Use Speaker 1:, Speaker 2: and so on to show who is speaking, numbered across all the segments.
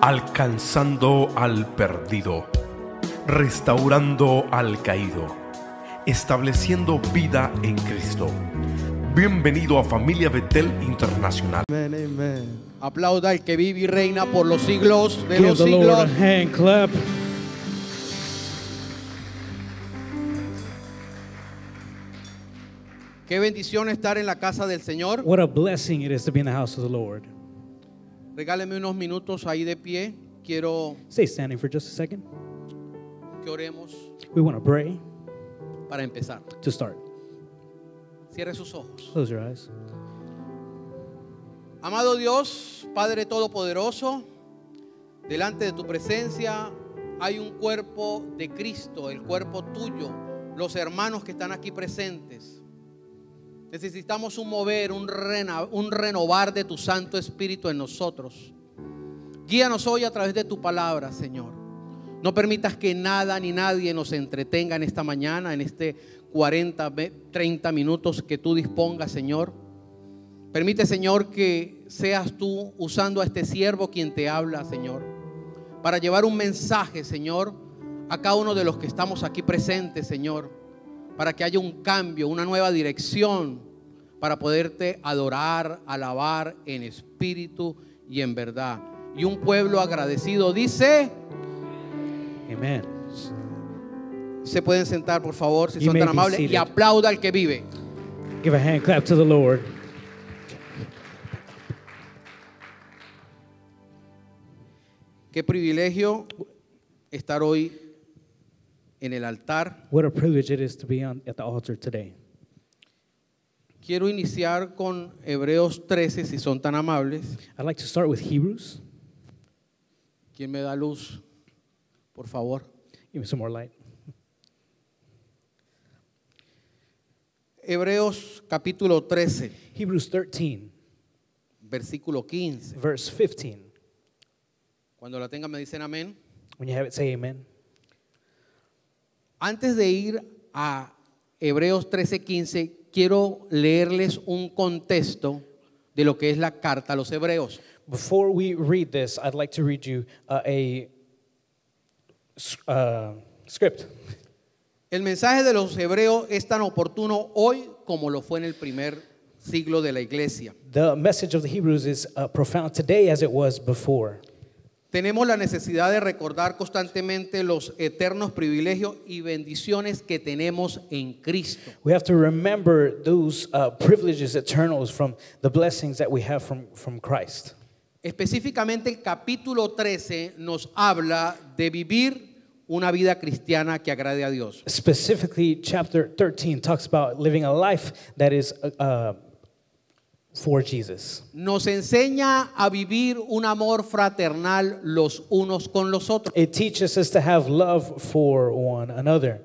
Speaker 1: alcanzando al perdido, restaurando al caído, estableciendo vida en Cristo. Bienvenido a Familia Betel Internacional.
Speaker 2: Amen, amen.
Speaker 3: Aplauda al que vive y reina por los siglos de
Speaker 2: Give
Speaker 3: los
Speaker 2: the Lord a
Speaker 3: siglos.
Speaker 2: hand clap.
Speaker 3: Qué bendición estar en la casa del Señor.
Speaker 2: What a blessing it is to be in the house of the Lord.
Speaker 3: Regáleme unos minutos ahí de pie. Quiero
Speaker 2: Stay standing for just a second.
Speaker 3: que oremos
Speaker 2: We want to pray
Speaker 3: para empezar.
Speaker 2: to start.
Speaker 3: Cierre sus ojos.
Speaker 2: Close your eyes.
Speaker 3: Amado Dios, Padre Todopoderoso, delante de tu presencia hay un cuerpo de Cristo, el cuerpo tuyo, los hermanos que están aquí presentes. Necesitamos un mover, un, rena- un renovar de tu Santo Espíritu en nosotros. Guíanos hoy a través de tu palabra, Señor. No permitas que nada ni nadie nos entretenga en esta mañana, en este 40, ve- 30 minutos que tú dispongas, Señor. Permite, Señor, que seas tú usando a este siervo quien te habla, Señor, para llevar un mensaje, Señor, a cada uno de los que estamos aquí presentes, Señor, para que haya un cambio, una nueva dirección, para poderte adorar, alabar en espíritu y en verdad. Y un pueblo agradecido dice,
Speaker 2: Amen.
Speaker 3: se pueden sentar, por favor, si
Speaker 2: You
Speaker 3: son
Speaker 2: may
Speaker 3: tan
Speaker 2: be
Speaker 3: amables, y
Speaker 2: seated.
Speaker 3: aplauda al que vive.
Speaker 2: Give a hand clap to the Lord.
Speaker 3: Qué privilegio estar hoy en el altar.
Speaker 2: What a privilege it is to be on, at the altar today.
Speaker 3: Quiero iniciar con Hebreos 13, si son tan amables.
Speaker 2: I'd like to start with Hebrews.
Speaker 3: ¿Quién me da luz? Por favor.
Speaker 2: Give me some more light.
Speaker 3: Hebreos capítulo 13,
Speaker 2: Hebrews 13,
Speaker 3: versículo 15.
Speaker 2: verse 15.
Speaker 3: Cuando la tengan me dicen amén.
Speaker 2: When you have it, say amen.
Speaker 3: Antes de ir a Hebreos 13, 15, quiero leerles un contexto de lo que es la carta a los hebreos.
Speaker 2: Before we read this, I'd like to read you uh, a s- uh, script.
Speaker 3: El mensaje de los hebreos es tan oportuno hoy como lo fue en el primer siglo de la iglesia.
Speaker 2: The message of the Hebrews is uh, profound today as it was before.
Speaker 3: Tenemos la necesidad de recordar constantemente los eternos privilegios y bendiciones que tenemos en Cristo.
Speaker 2: We have to remember those uh, privileges eternals from the blessings that we have from, from Christ.
Speaker 3: Específicamente el capítulo 13 nos habla de vivir una vida cristiana que agrade a Dios.
Speaker 2: Specifically, chapter 13 talks about living a life that is uh, for Jesus.
Speaker 3: Nos enseña a vivir un amor fraternal los unos con los otros.
Speaker 2: It teaches us to have love for one another.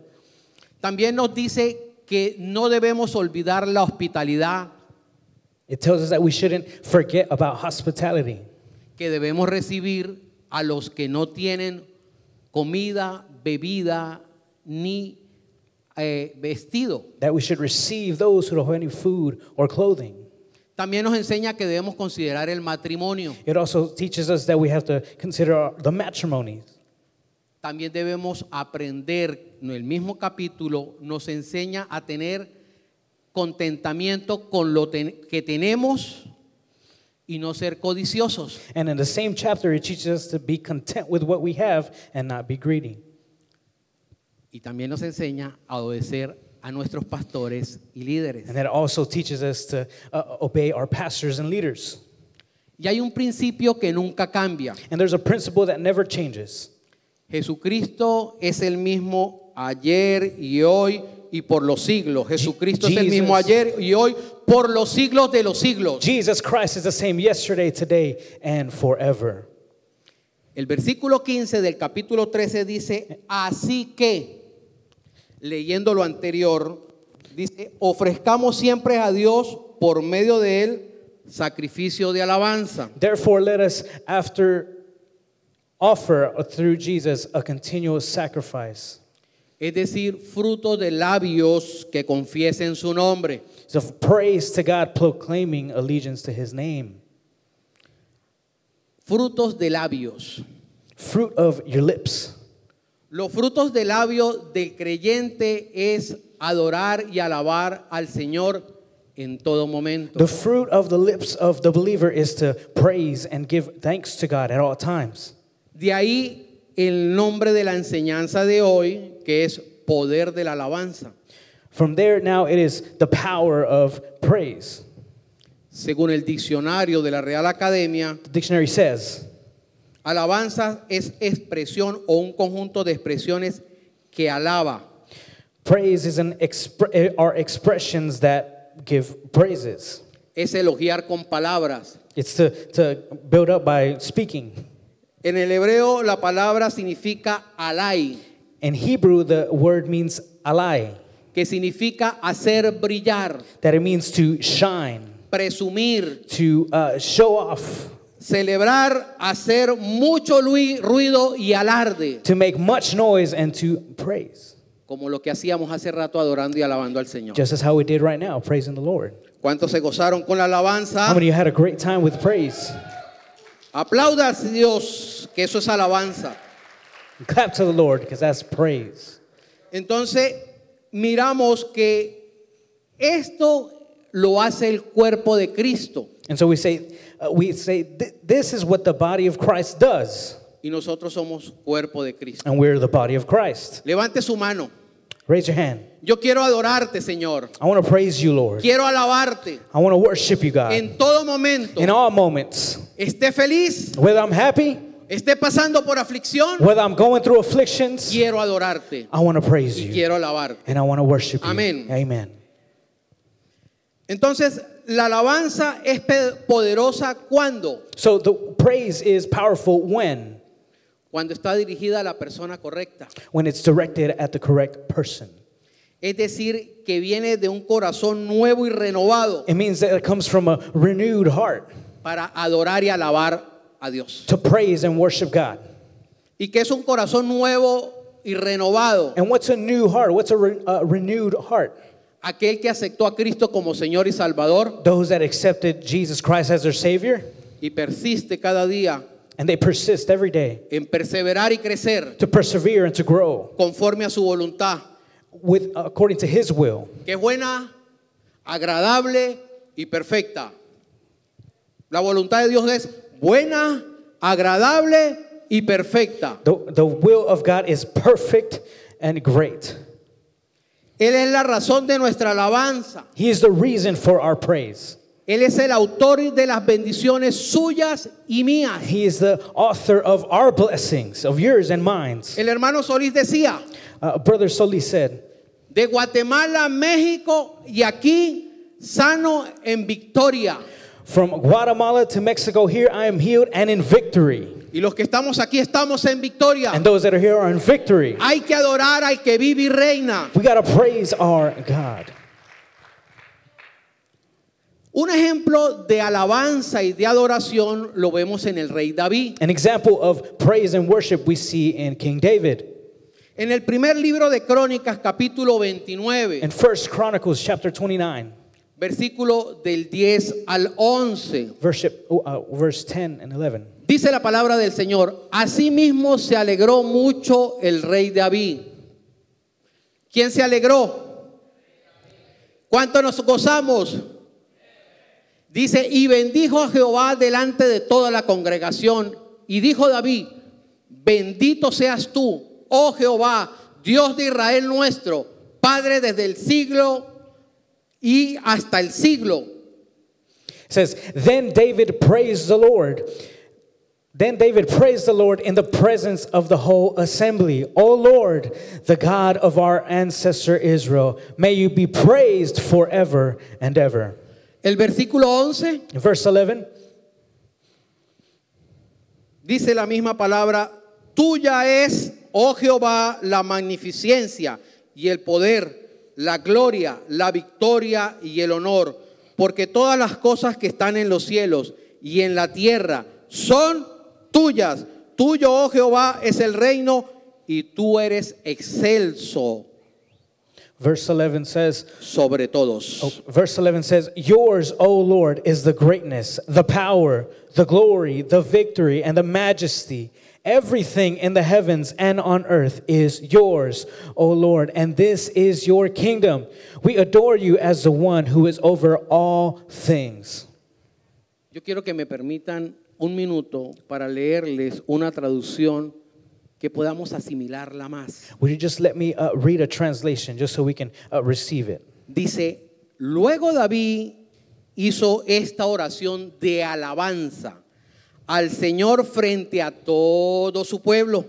Speaker 3: También nos dice que no debemos olvidar la hospitalidad
Speaker 2: It tells us that we shouldn't forget about hospitality,
Speaker 3: que debemos recibir a los que no tienen comida, bebida ni eh, vestido.
Speaker 2: that we should receive those who don't have any food or clothing.
Speaker 3: También nos enseña que debemos considerar el matrimonio.
Speaker 2: It also teaches us that we have to consider our- the matrimonies.
Speaker 3: También debemos aprender, en el mismo capítulo nos enseña a tener contentamiento con lo ten- que tenemos y no ser codiciosos.
Speaker 2: And in the same chapter, it teaches us to be content with what we have and not be greedy.
Speaker 3: Y también nos enseña a obedecer a nuestros pastores y líderes.
Speaker 2: And that also teaches us to uh, obey our pastors and leaders.
Speaker 3: Y hay un principio que nunca cambia.
Speaker 2: And there's a principle that never changes.
Speaker 3: Jesucristo es el mismo ayer y hoy y por los siglos. Jesucristo es el
Speaker 2: Jesus.
Speaker 3: mismo ayer y hoy por los siglos de los siglos.
Speaker 2: Jesus Christ is the same yesterday, today, and forever.
Speaker 3: El versículo 15 del capítulo 13 dice, así que, leyendo lo anterior, dice, ofrezcamos siempre a Dios por medio de él sacrificio de alabanza.
Speaker 2: Therefore, let us, after offer through Jesus a continual sacrifice,
Speaker 3: Es decir, fruto de labios que confiesen su nombre.
Speaker 2: so praise to God, proclaiming allegiance to his name.
Speaker 3: frutos de labios.
Speaker 2: fruit of your lips.
Speaker 3: Los frutos de labios del creyente es adorar y alabar al Señor en todo momento.
Speaker 2: The fruit of the lips of the believer is to praise and give thanks to God at all times.
Speaker 3: De ahí el nombre de la enseñanza de hoy, que es poder de la alabanza.
Speaker 2: From there, now it is the power of praise.
Speaker 3: Según el diccionario de la Real Academia,
Speaker 2: The dictionary says
Speaker 3: alabanza es expresión o un conjunto de expresiones que alaba,
Speaker 2: praise is an expre- eh, are expressions that give praises.
Speaker 3: es elogiar con palabras.
Speaker 2: It's to, to build up by speaking.
Speaker 3: En el hebreo la palabra significa alay,
Speaker 2: In Hebrew, the word means alai,
Speaker 3: que significa hacer brillar,
Speaker 2: that it means to shine,
Speaker 3: presumir,
Speaker 2: to uh, show off,
Speaker 3: celebrar, hacer mucho lui- ruido y alarde,
Speaker 2: to make much noise, and to praise.
Speaker 3: como lo que hacíamos hace rato adorando y alabando al Señor.
Speaker 2: Just as how we did right now, praising the Lord.
Speaker 3: ¿Cuántos se gozaron con la
Speaker 2: How
Speaker 3: alabanza?
Speaker 2: many of you had a great time with praise?
Speaker 3: Aplaudas Dios, que eso es alabanza.
Speaker 2: Clap to the Lord because that's praise.
Speaker 3: Entonces, miramos que esto lo hace el cuerpo de Cristo
Speaker 2: And so we say, uh, we say, "Th- this is what the body of Christ does,
Speaker 3: y nosotros somos cuerpo de Cristo.
Speaker 2: and we're the body of Christ.
Speaker 3: Levante su mano.
Speaker 2: Raise your hand.
Speaker 3: Yo quiero adorarte, Señor.
Speaker 2: I want to praise you, Lord.
Speaker 3: Quiero alabarte
Speaker 2: I want to worship you, God,
Speaker 3: en todo momento.
Speaker 2: in all moments.
Speaker 3: Esté feliz,
Speaker 2: Whether I'm happy,
Speaker 3: esté pasando por aflicción,
Speaker 2: whether I'm going through afflictions,
Speaker 3: quiero adorarte
Speaker 2: I want to praise
Speaker 3: y
Speaker 2: you
Speaker 3: quiero alabarte.
Speaker 2: and I want to worship you.
Speaker 3: Amén.
Speaker 2: Amen.
Speaker 3: Entonces, la alabanza es pe- poderosa cuando
Speaker 2: So the praise is powerful when
Speaker 3: cuando está dirigida a la persona correcta.
Speaker 2: when it's directed at the correct person.
Speaker 3: Es decir, que viene de un corazón nuevo y renovado
Speaker 2: It means that it comes from a renewed heart
Speaker 3: para adorar y alabar a Dios.
Speaker 2: to praise and worship God.
Speaker 3: Y que es un corazón nuevo y renovado,
Speaker 2: And what's a new heart? What's a, re- a renewed heart?
Speaker 3: aquel que aceptó a Cristo como Señor y Salvador
Speaker 2: Those that accepted Jesus Christ as their Savior
Speaker 3: y persiste cada día
Speaker 2: and they persist every day
Speaker 3: en perseverar y crecer
Speaker 2: to persevere and to grow
Speaker 3: conforme a su voluntad,
Speaker 2: with according to His will,
Speaker 3: que es buena, agradable y perfecta. La voluntad de Dios es buena, agradable y perfecta.
Speaker 2: The, the will of God is perfect and great.
Speaker 3: Él es la razón de nuestra alabanza.
Speaker 2: He is the reason for our praise.
Speaker 3: Él es el autor de las bendiciones suyas y mías.
Speaker 2: He is the author of our blessings, of yours and mine.
Speaker 3: El hermano Solís decía,
Speaker 2: Uh, Brother Solis said,
Speaker 3: de Guatemala a México y aquí sano en victoria.
Speaker 2: From Guatemala to Mexico, here I am healed and in victory.
Speaker 3: Y los que estamos aquí estamos en victoria.
Speaker 2: And those that are here are in victory.
Speaker 3: Hay que adorar al que vive y reina.
Speaker 2: We got to praise our God.
Speaker 3: Un ejemplo de alabanza y de adoración lo vemos en el rey David.
Speaker 2: An example of praise and worship we see in King David.
Speaker 3: En el primer libro de Crónicas, capítulo 29,
Speaker 2: In 1 Chronicles chapter 29,
Speaker 3: versículo del 10 al 11.
Speaker 2: verse, uh, verse 10 and 11.
Speaker 3: Dice la palabra del Señor, asimismo se alegró mucho el rey David. ¿Quién se alegró? ¿Cuánto nos gozamos? Dice, y bendijo a Jehová delante de toda la congregación. Y dijo David, bendito seas tú, oh Jehová, Dios de Israel nuestro, Padre desde el siglo y hasta el siglo.
Speaker 2: It says, Then David praised the Lord. Then David praised the Lord in the presence of the whole assembly. O Lord, the God of our ancestor Israel, may you be praised forever and ever.
Speaker 3: El versículo 11.
Speaker 2: In verse 11,
Speaker 3: Dice la misma palabra, tuya es, oh Jehová, la magnificencia y el poder, la gloria, la victoria y el honor, porque todas las cosas que están en los cielos y en la tierra son tuyas. Tuyo, oh Jehová, es el reino y tú eres excelso.
Speaker 2: Verse 11 says,
Speaker 3: sobre todos.
Speaker 2: Verse 11 says, Yours, O Lord, is the greatness, the power, the glory, the victory, and the majesty. Everything in the heavens and on earth is yours, O Lord, and this is your kingdom. We adore you as the one who is over all things.
Speaker 3: Yo quiero que me permitan un minuto para leerles una traducción que podamos asimilarla más.
Speaker 2: Would you just let me uh, read a translation just so we can uh, receive it?
Speaker 3: Dice, luego David hizo esta oración de alabanza al Señor frente a todo su pueblo.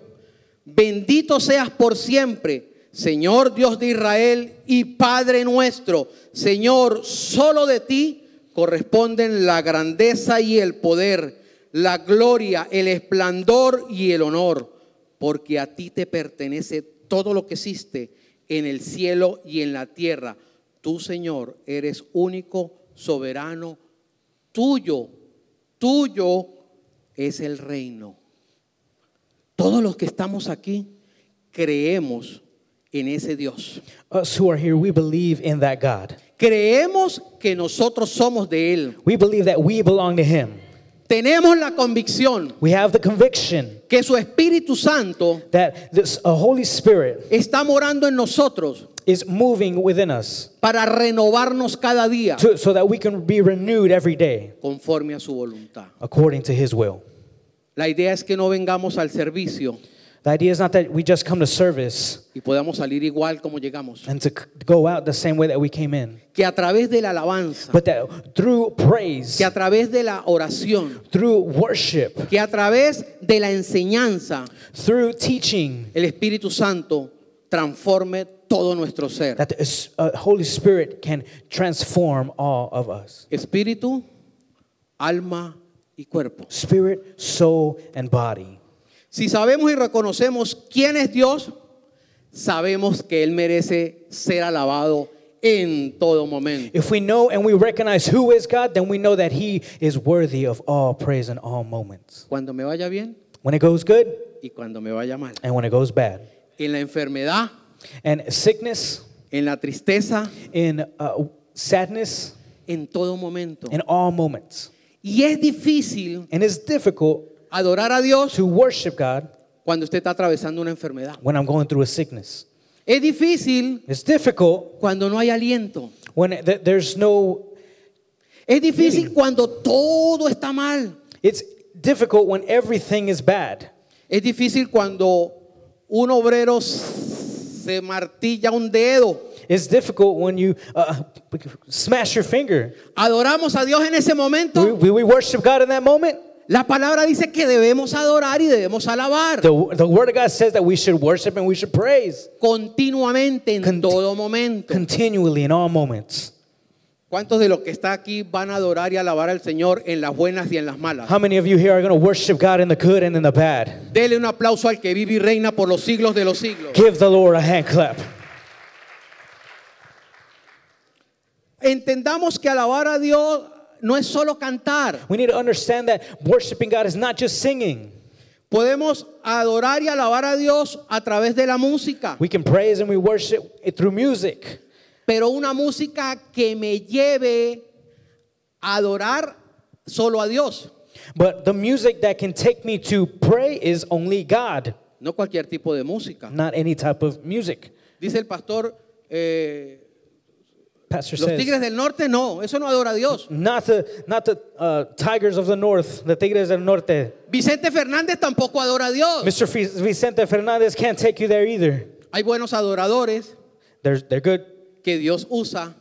Speaker 3: Bendito seas por siempre, Señor Dios de Israel y Padre nuestro. Señor, solo de ti corresponden la grandeza y el poder, la gloria, el esplendor y el honor, porque a ti te pertenece todo lo que existe en el cielo y en la tierra. Tú, Señor, eres único, soberano, tuyo, tuyo es el reino. Todos los que estamos aquí creemos en ese Dios.
Speaker 2: Us who are here, we believe in that God.
Speaker 3: Creemos que nosotros somos de Él.
Speaker 2: We believe that we belong to Him.
Speaker 3: Tenemos la convicción
Speaker 2: We have the conviction
Speaker 3: que su Espíritu Santo
Speaker 2: that this a Holy Spirit
Speaker 3: está morando en nosotros
Speaker 2: is moving within us
Speaker 3: para renovarnos cada día
Speaker 2: to, so that we can be renewed every day
Speaker 3: conforme a su voluntad.
Speaker 2: according to His will.
Speaker 3: La idea es que no vengamos al servicio
Speaker 2: The idea is not that we just come to service
Speaker 3: y podamos salir igual como llegamos,
Speaker 2: and to c- go out the same way that we came in,
Speaker 3: que a través de la alabanza,
Speaker 2: but that through praise,
Speaker 3: que a través de la oración,
Speaker 2: through worship,
Speaker 3: que a través de la enseñanza,
Speaker 2: through teaching,
Speaker 3: el Espíritu Santo transforme todo nuestro ser.
Speaker 2: that the S- uh, Holy Spirit can transform all of us
Speaker 3: Espíritu, alma y cuerpo.
Speaker 2: spirit, soul, and body.
Speaker 3: Si sabemos y reconocemos quién es Dios, sabemos que Él merece ser alabado en todo momento.
Speaker 2: If we know and we recognize who is God, then we know that He is worthy of all praise in all moments.
Speaker 3: Cuando me vaya bien
Speaker 2: When it goes good
Speaker 3: y cuando me vaya mal.
Speaker 2: and when it goes bad.
Speaker 3: En la enfermedad,
Speaker 2: And sickness,
Speaker 3: en la tristeza,
Speaker 2: in uh, sadness,
Speaker 3: en todo momento.
Speaker 2: in all moments.
Speaker 3: Y es difícil
Speaker 2: And it's difficult
Speaker 3: adorar a Dios
Speaker 2: to worship God
Speaker 3: cuando usted está atravesando una enfermedad.
Speaker 2: when I'm going through a sickness.
Speaker 3: Es difícil
Speaker 2: It's difficult
Speaker 3: cuando no hay aliento.
Speaker 2: when th- there's no,
Speaker 3: Es difícil cuando todo está mal.
Speaker 2: it's difficult when everything is bad.
Speaker 3: Es difícil cuando un obrero s- se martilla un dedo.
Speaker 2: It's difficult when you uh, smash your finger.
Speaker 3: Adoramos a Dios en ese
Speaker 2: We,
Speaker 3: momento.
Speaker 2: we, we worship God in that moment.
Speaker 3: La palabra dice que debemos adorar y debemos alabar
Speaker 2: The, the word of God says that we should worship and we should praise
Speaker 3: continuamente en
Speaker 2: Conti-
Speaker 3: todo momento.
Speaker 2: continually in all moments.
Speaker 3: ¿Cuántos de los que está aquí van a adorar y alabar al Señor en las buenas y en las malas?
Speaker 2: How many of you here are going to worship God in the good and in the bad?
Speaker 3: Dele un aplauso al que vive y reina por los siglos de los siglos.
Speaker 2: Give the Lord a hand clap.
Speaker 3: Entendamos que alabar a Dios no es solo cantar.
Speaker 2: We need to understand that worshiping God is not just singing.
Speaker 3: Podemos adorar y alabar a Dios a través de la música,
Speaker 2: We can praise and we worship it through music,
Speaker 3: pero una música que me lleve a adorar solo a Dios,
Speaker 2: but the music that can take me to pray is only God,
Speaker 3: no cualquier tipo de música.
Speaker 2: not any type of music.
Speaker 3: Dice el pastor, eh,
Speaker 2: Pastor
Speaker 3: los Tigres
Speaker 2: says,
Speaker 3: del Norte no, eso no adora a Dios.
Speaker 2: not the not the uh, Tigers of the North, the Tigres del Norte.
Speaker 3: Vicente Fernández tampoco adora a Dios.
Speaker 2: Mr. Fe- Vicente Fernandez can't take you there either.
Speaker 3: Hay buenos adoradores
Speaker 2: There's they're good.
Speaker 3: que Dios usa.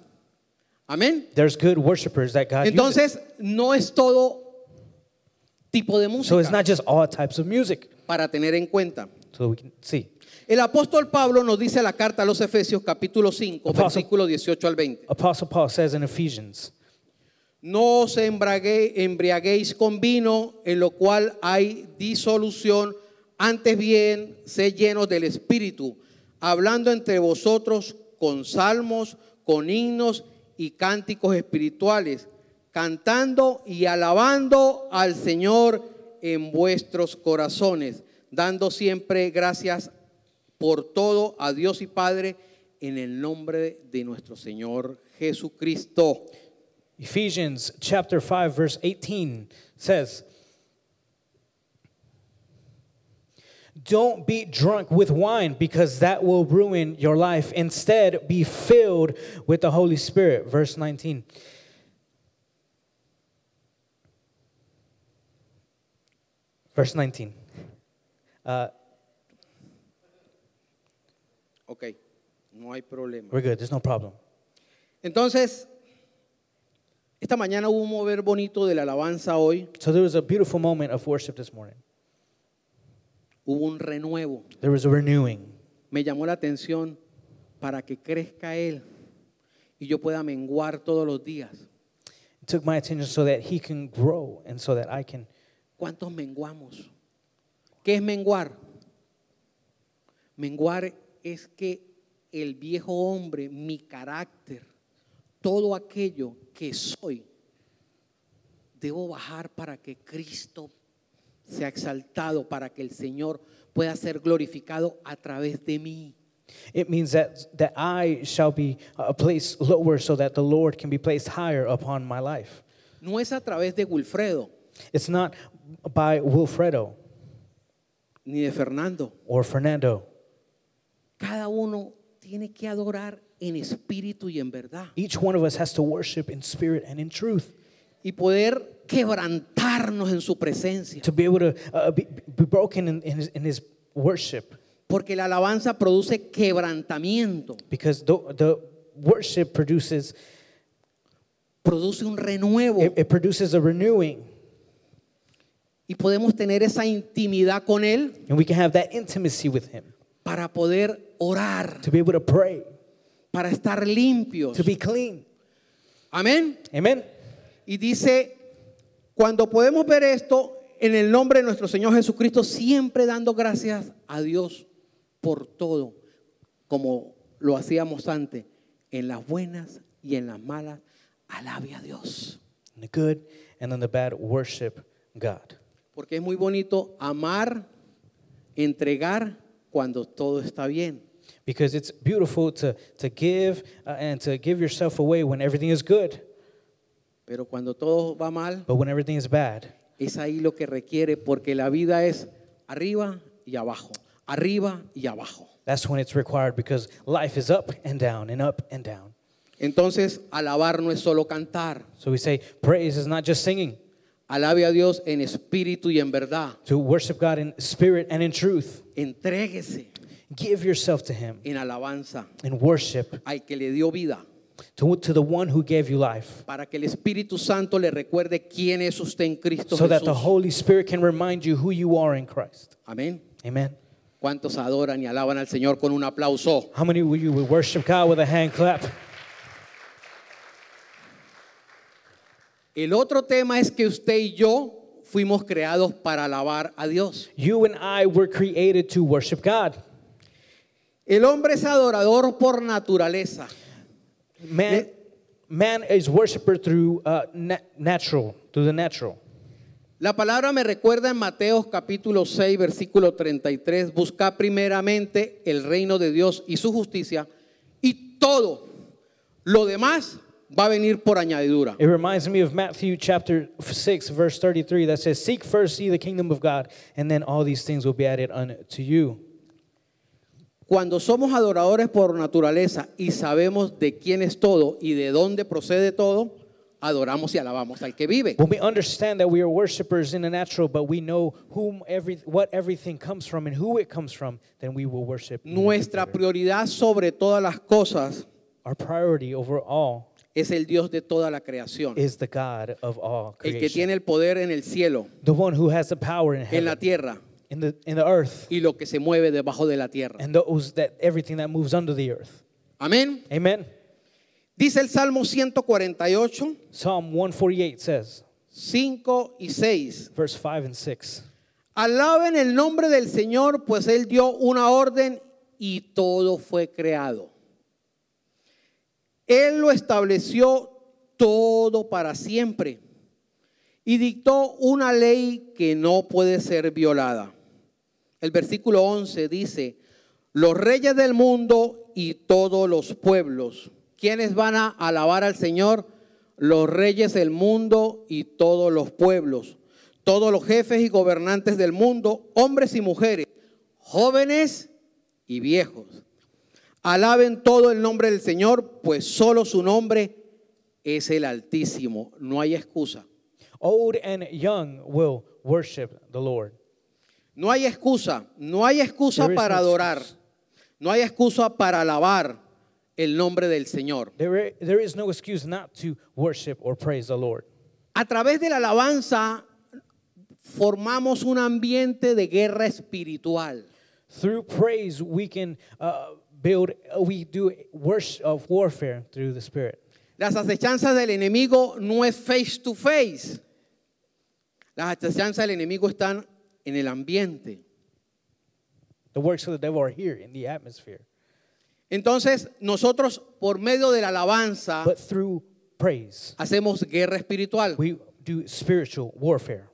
Speaker 3: Amén.
Speaker 2: There's good worshipers that God uses.
Speaker 3: Entonces, no es todo tipo de
Speaker 2: So it's
Speaker 3: música
Speaker 2: not just all types of music.
Speaker 3: para tener en cuenta.
Speaker 2: So we can see.
Speaker 3: El apóstol Pablo nos dice en la carta a los Efesios capítulo 5,
Speaker 2: Apóstol-
Speaker 3: versículo 18 al 20.
Speaker 2: Apostle Paul says in Ephesians,
Speaker 3: No os embrague- embriaguéis con vino, en lo cual hay disolución, antes bien, sé llenos del Espíritu, hablando entre vosotros con salmos, con himnos y cánticos espirituales, cantando y alabando al Señor en vuestros corazones, dando siempre gracias por todo a Dios y Padre en el nombre de nuestro Señor Jesucristo.
Speaker 2: Ephesians chapter 5 verse 18 says, Don't be drunk with wine because that will ruin your life. Instead, be filled with the Holy Spirit. Verse 19. Verse 19. Uh,
Speaker 3: Ok, no hay problema.
Speaker 2: we're good. There's no problem.
Speaker 3: Entonces, esta mañana hubo un mover bonito de la alabanza hoy,
Speaker 2: So there was a beautiful moment of worship this morning.
Speaker 3: hubo un renuevo.
Speaker 2: There was a renewing.
Speaker 3: Me llamó la atención para que crezca Él y yo pueda menguar todos los días.
Speaker 2: It took my attention so that he can grow and so that I can.
Speaker 3: ¿Cuántos menguamos? ¿Qué es menguar? Menguar es que el viejo hombre, mi carácter, todo aquello que soy, debo bajar para que Cristo sea exaltado, para que el Señor pueda ser glorificado a través de mí.
Speaker 2: It means that, that I shall be uh, placed lower so that the Lord can be placed higher upon my life.
Speaker 3: No es a través de Wilfredo
Speaker 2: It's not by Wilfredo
Speaker 3: ni de Fernando.
Speaker 2: or Fernando.
Speaker 3: Cada uno tiene que adorar en espíritu y en verdad.
Speaker 2: Each one of us has to worship in spirit and in truth
Speaker 3: y poder quebrantarnos en su presencia.
Speaker 2: to be able to uh, be, be broken in, in, his, in his worship
Speaker 3: Porque la alabanza produce quebrantamiento,
Speaker 2: because the, the worship produces
Speaker 3: produce un renuevo
Speaker 2: it, it produces a renewing
Speaker 3: y podemos tener esa intimidad con Él
Speaker 2: and we can have that intimacy with him
Speaker 3: para poder orar,
Speaker 2: to be able to pray
Speaker 3: para estar limpios.
Speaker 2: to be clean
Speaker 3: Amén.
Speaker 2: amen
Speaker 3: Y dice, cuando podemos ver esto, en el nombre de nuestro Señor Jesucristo, siempre dando gracias a Dios por todo, como lo hacíamos antes, en las buenas y en las malas, alabe a Dios.
Speaker 2: and the good and then the bad worship god
Speaker 3: Porque es muy bonito amar, entregar cuando todo está bien.
Speaker 2: because it's beautiful to, to give uh, and to give yourself away when everything is good
Speaker 3: Pero cuando todo va mal,
Speaker 2: but when everything is bad
Speaker 3: es ahí lo que requiere, porque la vida es arriba y abajo, arriba y abajo.
Speaker 2: that's when it's required because life is up and down and up and down
Speaker 3: Entonces, alabar no es solo cantar.
Speaker 2: so we say praise is not just singing
Speaker 3: Alabe a Dios en espíritu y en verdad.
Speaker 2: to worship god in spirit and in truth
Speaker 3: Entréguese
Speaker 2: give yourself to him
Speaker 3: en alabanza
Speaker 2: in worship
Speaker 3: al que le dio vida,
Speaker 2: to, to the one who gave you life
Speaker 3: para que el Espíritu Santo le recuerde quién es usted en Cristo
Speaker 2: so that the
Speaker 3: Jesús.
Speaker 2: holy spirit can remind you who you are in christ
Speaker 3: Amén.
Speaker 2: amen
Speaker 3: ¿Cuántos adoran y alaban al Señor con un aplauso?
Speaker 2: how many of you would worship god with a hand clap
Speaker 3: El otro tema es que usted y yo fuimos creados para alabar a Dios.
Speaker 2: you and i were created to worship god
Speaker 3: El hombre es adorador por naturaleza.
Speaker 2: Man,
Speaker 3: Ne-
Speaker 2: man is worshiper through uh, na- natural, through the natural.
Speaker 3: La palabra me recuerda en Mateo capítulo 6, versículo 33, busca primeramente el reino de Dios y su justicia y todo lo demás va a venir por añadidura.
Speaker 2: It reminds me of Matthew chapter 6, verse 33 that says, Seek first ye the kingdom of God, and then all these things will be added unto you.
Speaker 3: Cuando somos adoradores por naturaleza y sabemos de quién es todo y de dónde procede todo, adoramos y alabamos al que vive.
Speaker 2: When we understand that we are worshipers in the natural, but we know whom every, what everything comes from and who it comes from, then we will worship. in the
Speaker 3: Nuestra
Speaker 2: Spirit.
Speaker 3: prioridad sobre todas las cosas
Speaker 2: Our priority over all
Speaker 3: es el Dios de toda la creación.
Speaker 2: is the God of all
Speaker 3: El que
Speaker 2: creation.
Speaker 3: tiene el poder en el cielo,
Speaker 2: the one who has the power in
Speaker 3: en la
Speaker 2: heaven,
Speaker 3: tierra
Speaker 2: in the, in the earth,
Speaker 3: y lo que se mueve debajo de la tierra.
Speaker 2: and those that everything that moves under the earth.
Speaker 3: Amén.
Speaker 2: Amen.
Speaker 3: Dice el Salmo 148,
Speaker 2: Psalm 148 says,
Speaker 3: 5 y 6.
Speaker 2: verse 5 and 6.
Speaker 3: Alaben el nombre del Señor, pues Él dio una orden y todo fue creado. Él lo estableció todo para siempre y dictó una ley que no puede ser violada. El versículo 11 dice, los reyes del mundo y todos los pueblos. ¿Quiénes van a alabar al Señor? Los reyes del mundo y todos los pueblos. Todos los jefes y gobernantes del mundo, hombres y mujeres, jóvenes y viejos. Alaben todo el nombre del Señor, pues solo su nombre es el Altísimo. No hay excusa.
Speaker 2: Old and young will worship the Lord.
Speaker 3: No hay excusa, no hay excusa
Speaker 2: There is
Speaker 3: para
Speaker 2: no
Speaker 3: adorar,
Speaker 2: excuse.
Speaker 3: no hay excusa para alabar el nombre del Señor.
Speaker 2: There, there is no excuse not to worship or praise the Lord.
Speaker 3: A través de la alabanza formamos un ambiente de guerra espiritual.
Speaker 2: Through praise, we can uh, build, uh, we do worship of warfare through the Spirit.
Speaker 3: Las acechanzas del enemigo no es face to face. Las acechanzas del enemigo están en el ambiente.
Speaker 2: The works of the devil are here in the atmosphere.
Speaker 3: Entonces, nosotros por medio de la alabanza
Speaker 2: But through praise,
Speaker 3: hacemos guerra espiritual.
Speaker 2: we do spiritual warfare.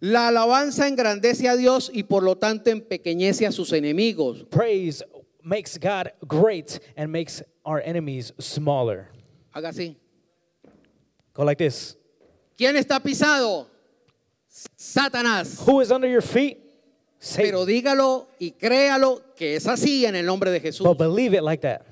Speaker 3: La alabanza engrandece a Dios y por lo tanto empequeñece a sus enemigos.
Speaker 2: Praise makes God great and makes our enemies smaller.
Speaker 3: Haga así.
Speaker 2: Go like this
Speaker 3: ¿Quién está pisado? Satanás.
Speaker 2: Who is under your feet?
Speaker 3: Pero
Speaker 2: Satan.
Speaker 3: dígalo y créalo que es así en el nombre de Jesús.
Speaker 2: But believe it like that.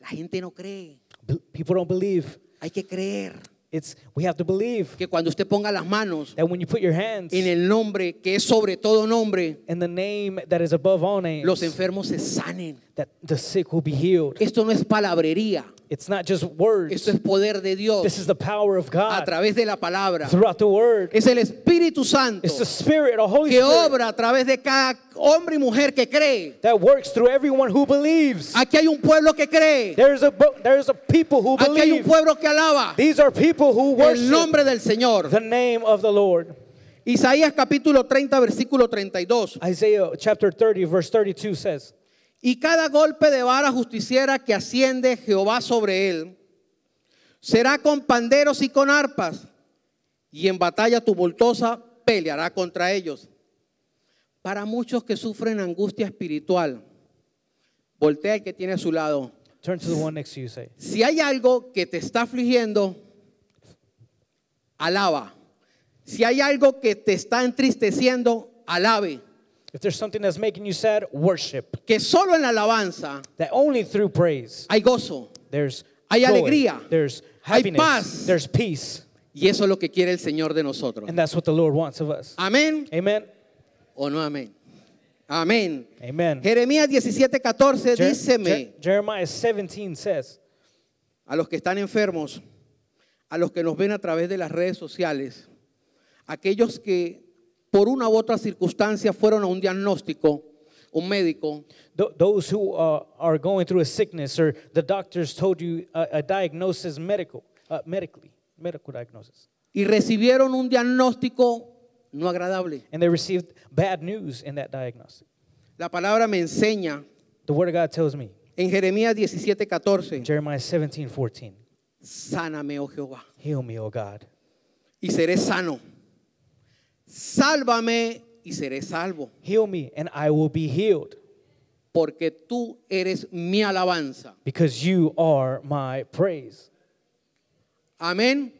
Speaker 3: La gente no cree.
Speaker 2: Be- People don't believe.
Speaker 3: Hay que creer
Speaker 2: It's we have to believe
Speaker 3: que cuando usted ponga las manos
Speaker 2: that when you put your hands
Speaker 3: en el nombre que es sobre todo nombre,
Speaker 2: in the name that is above all names,
Speaker 3: los enfermos se sanen.
Speaker 2: that the sick will be healed.
Speaker 3: Esto no es palabrería.
Speaker 2: It's not just words.
Speaker 3: Esto es poder de
Speaker 2: This
Speaker 3: Dios
Speaker 2: is the power of
Speaker 3: a
Speaker 2: God
Speaker 3: través de la palabra.
Speaker 2: throughout the word.
Speaker 3: Es el Espíritu Santo
Speaker 2: It's the Spirit, the Holy
Speaker 3: que
Speaker 2: Spirit,
Speaker 3: obra a través de cada hombre y mujer que cree.
Speaker 2: that works through everyone who believes.
Speaker 3: Aquí hay un pueblo que cree.
Speaker 2: There's a bo- there's a people who
Speaker 3: Aquí hay un
Speaker 2: believe.
Speaker 3: pueblo que alaba
Speaker 2: These are people who
Speaker 3: el
Speaker 2: worship
Speaker 3: nombre del Señor.
Speaker 2: the name of the Lord.
Speaker 3: Isaías capítulo 30, versículo 32.
Speaker 2: Isaiah chapter 30, verse 32 says,
Speaker 3: Y cada golpe de vara justiciera que asciende Jehová sobre él será con panderos y con arpas, y en batalla tumultuosa peleará contra ellos. Para muchos que sufren angustia espiritual, voltea al que tiene a su lado.
Speaker 2: Turn to the one next to you, say,
Speaker 3: Si hay algo que te está afligiendo, alaba. Si hay algo que te está entristeciendo, alabe.
Speaker 2: If there's something that's making you sad, worship.
Speaker 3: Que solo en la alabanza
Speaker 2: That only through praise
Speaker 3: hay gozo.
Speaker 2: there's
Speaker 3: Hay
Speaker 2: joy,
Speaker 3: alegría.
Speaker 2: there's
Speaker 3: Hay
Speaker 2: happiness,
Speaker 3: paz.
Speaker 2: there's peace,
Speaker 3: Y eso es lo que quiere el Señor de nosotros.
Speaker 2: and that's what the Lord wants of us.
Speaker 3: Amén
Speaker 2: Amen.
Speaker 3: o no amén. Amén.
Speaker 2: Amen.
Speaker 3: Jeremías 17, 14,
Speaker 2: Jer-
Speaker 3: díceme
Speaker 2: Jer- Jeremiah 17 says,
Speaker 3: a los que están enfermos, a los que nos ven a través de las redes sociales, aquellos que por una u otra circunstancia fueron a un diagnóstico, un médico,
Speaker 2: Th- those who uh, are going through a sickness or the doctors told you a, a diagnosis medical, uh, medically, medical diagnosis,
Speaker 3: y recibieron un diagnóstico no agradable.
Speaker 2: and they received bad news in that diagnosis.
Speaker 3: La palabra me enseña
Speaker 2: The Word of God tells me,
Speaker 3: en Jeremías 17, 14,
Speaker 2: Jeremiah 17, 14,
Speaker 3: sáname, oh Jehová,
Speaker 2: heal me, O God,
Speaker 3: y seré sano. Sálvame y seré salvo,
Speaker 2: heal me, and I will be healed,
Speaker 3: porque tú eres mi alabanza.
Speaker 2: because you are my praise.
Speaker 3: Amén.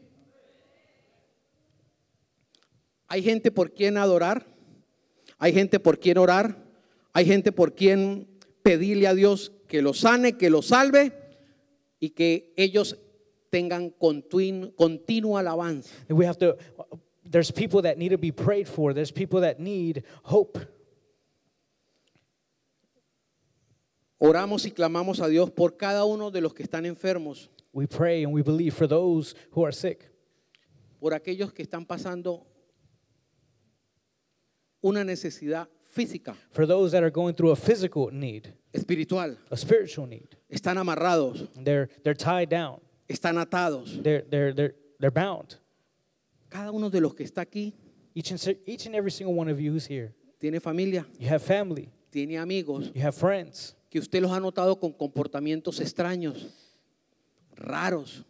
Speaker 3: Hay gente por quien adorar, hay gente por quien orar, hay gente por quien pedirle a Dios que lo sane, que lo salve y que ellos tengan continu- continua alabanza.
Speaker 2: And we have to. There's people that need to be prayed for. There's people that need hope.
Speaker 3: Oramos y clamamos a Dios por cada uno de los que están enfermos,
Speaker 2: We pray and we believe for those who are sick,
Speaker 3: por aquellos que están pasando una necesidad física,
Speaker 2: for those that are going through a physical need,
Speaker 3: espiritual,
Speaker 2: a spiritual need.
Speaker 3: están amarrados,
Speaker 2: They're they're tied down.
Speaker 3: están atados.
Speaker 2: They're they're they're they're bound.
Speaker 3: Cada uno de los que está aquí
Speaker 2: Each and si- each and every single one of you who's here,
Speaker 3: tiene familia,
Speaker 2: you have family,
Speaker 3: tiene amigos,
Speaker 2: you have friends
Speaker 3: que usted los ha notado con comportamientos extraños, raros.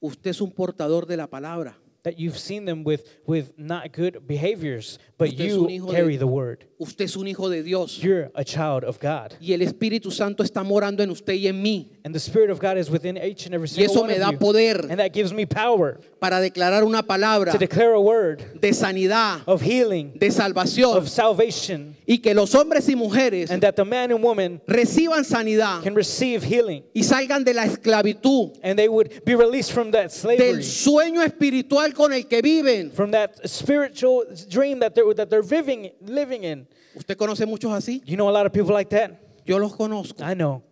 Speaker 3: Usted es un portador de la palabra.
Speaker 2: that you've seen them with, with not good behaviors, but
Speaker 3: Usted es un
Speaker 2: you
Speaker 3: hijo
Speaker 2: carry
Speaker 3: de,
Speaker 2: the word.
Speaker 3: usted es un hijo de Dios.
Speaker 2: You're a child of God.
Speaker 3: Y el Espíritu Santo está morando en usted y en mí
Speaker 2: And the Spirit of God is within each and every
Speaker 3: Y
Speaker 2: single
Speaker 3: eso
Speaker 2: one
Speaker 3: me da
Speaker 2: of you.
Speaker 3: poder.
Speaker 2: And that gives me power
Speaker 3: para declarar una palabra
Speaker 2: to declare a word
Speaker 3: de sanidad,
Speaker 2: of healing,
Speaker 3: de salvación.
Speaker 2: of salvation,
Speaker 3: Y que los hombres y mujeres
Speaker 2: and that the man and woman
Speaker 3: reciban sanidad
Speaker 2: can receive healing.
Speaker 3: y salgan de la esclavitud,
Speaker 2: And they would be released from that slavery,
Speaker 3: del sueño espiritual con el que viven.
Speaker 2: from that spiritual dream that they're, that they're living, living in.
Speaker 3: Usted conoce muchos así.
Speaker 2: You know a lot of people like that?
Speaker 3: Yo los conozco.
Speaker 2: I know.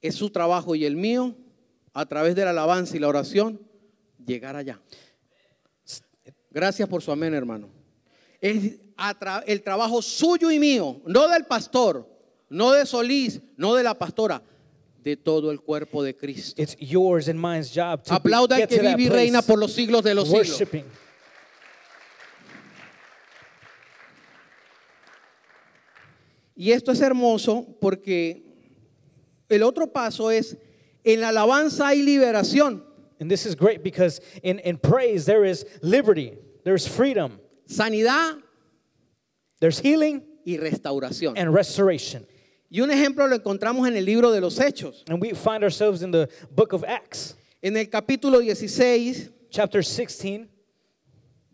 Speaker 3: Es su trabajo y el mío, a través de la alabanza y la oración, llegar allá. Gracias por su amén, hermano. Es a tra- el trabajo suyo y mío, no del pastor, no de Solís, no de la pastora, de todo el cuerpo de Cristo.
Speaker 2: It's yours and mine's job to be-
Speaker 3: Aplauda al
Speaker 2: get
Speaker 3: que
Speaker 2: to that
Speaker 3: vive y
Speaker 2: place,
Speaker 3: reina por los siglos de los siglos.
Speaker 2: worshiping.
Speaker 3: Y esto es hermoso porque el otro paso es, en la alabanza hay liberación,
Speaker 2: And this is great because in, in praise there is liberty, there's freedom,
Speaker 3: sanidad
Speaker 2: there's healing
Speaker 3: y restauración.
Speaker 2: and restoration.
Speaker 3: Y un ejemplo lo encontramos en el libro de los Hechos,
Speaker 2: And we find ourselves in the book of Acts,
Speaker 3: en el capítulo 16,
Speaker 2: chapter 16,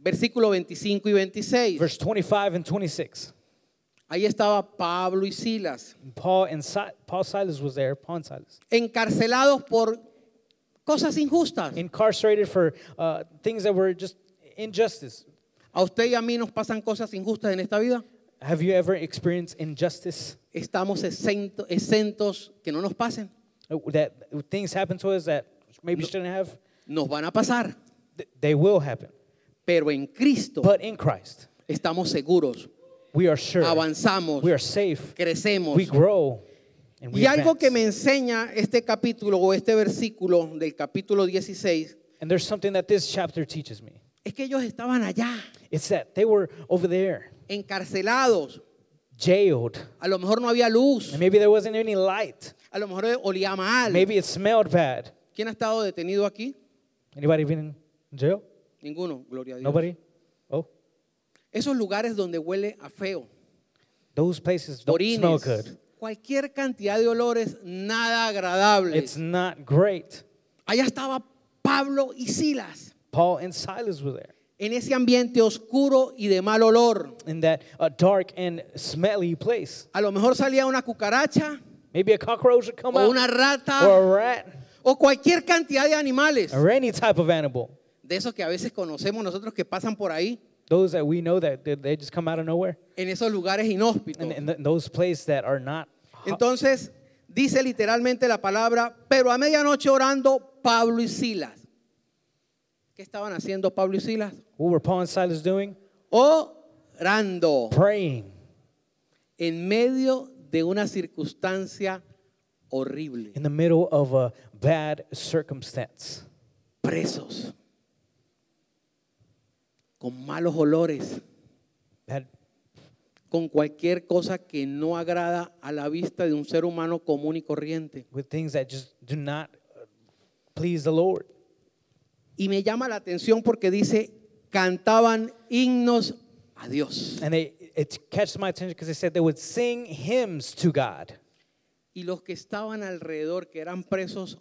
Speaker 3: versículo 25 y 26.
Speaker 2: verse 25 and 26.
Speaker 3: Ahí estaba Pablo y Silas,
Speaker 2: Paul and Si- Paul Silas was there, Paul and Silas,
Speaker 3: encarcelados por cosas injustas.
Speaker 2: incarcerated for uh, things that were just injustice.
Speaker 3: A usted y a mí nos pasan cosas injustas en esta vida.
Speaker 2: Have you ever experienced injustice?
Speaker 3: Estamos exento- exentos que no nos pasen.
Speaker 2: Uh, That things happen to us that maybe shouldn't have?
Speaker 3: Nos van a pasar,
Speaker 2: Th- They will happen.
Speaker 3: pero en Cristo
Speaker 2: But in Christ,
Speaker 3: estamos seguros,
Speaker 2: we are sure.
Speaker 3: avanzamos,
Speaker 2: We are safe.
Speaker 3: crecemos.
Speaker 2: We grow. And we
Speaker 3: Y algo que me
Speaker 2: advance.
Speaker 3: enseña este capítulo o este versículo del capítulo 16
Speaker 2: And there's something that this chapter teaches me.
Speaker 3: es que ellos estaban allá,
Speaker 2: It's that they were over there,
Speaker 3: encarcelados.
Speaker 2: jailed.
Speaker 3: A lo mejor no había luz,
Speaker 2: And maybe there wasn't any light.
Speaker 3: a lo mejor olía mal.
Speaker 2: Maybe it smelled bad.
Speaker 3: ¿Quién ha estado detenido aquí?
Speaker 2: Anybody been in jail?
Speaker 3: Ninguno, gloria a Dios.
Speaker 2: Nobody? Oh,
Speaker 3: Esos lugares donde huele a feo,
Speaker 2: those places don't smell
Speaker 3: orines,
Speaker 2: good.
Speaker 3: cualquier cantidad de olores, nada agradable.
Speaker 2: It's not great.
Speaker 3: Allá estaba Pablo y Silas,
Speaker 2: Paul and Silas were there
Speaker 3: en ese ambiente oscuro y de mal olor.
Speaker 2: in that uh, dark and smelly place.
Speaker 3: A lo mejor salía una cucaracha
Speaker 2: Maybe a cockroach would come
Speaker 3: o
Speaker 2: out,
Speaker 3: una rata.
Speaker 2: or a rat,
Speaker 3: o cualquier cantidad de animales,
Speaker 2: or any type of animal.
Speaker 3: de esos que a veces conocemos nosotros que pasan por ahí,
Speaker 2: Those that we know that that they just come out of nowhere.
Speaker 3: en esos lugares inhóspitos.
Speaker 2: and, and th- those places that are not ho-
Speaker 3: Entonces, dice literalmente la palabra, pero a medianoche orando Pablo y Silas. ¿Qué estaban haciendo Pablo y Silas?
Speaker 2: what were Paul and Silas doing?
Speaker 3: Orando
Speaker 2: Praying
Speaker 3: en medio de una circunstancia horrible.
Speaker 2: in the middle of a bad circumstance,
Speaker 3: Presos, con malos olores,
Speaker 2: bad,
Speaker 3: con cualquier cosa que no agrada a la vista de un ser humano común y corriente.
Speaker 2: with things that just do not uh, please the Lord.
Speaker 3: Y me llama la atención porque dice, cantaban himnos a Dios.
Speaker 2: And they, it catches my attention because they said they would sing hymns to God.
Speaker 3: Y los que estaban alrededor, que eran presos,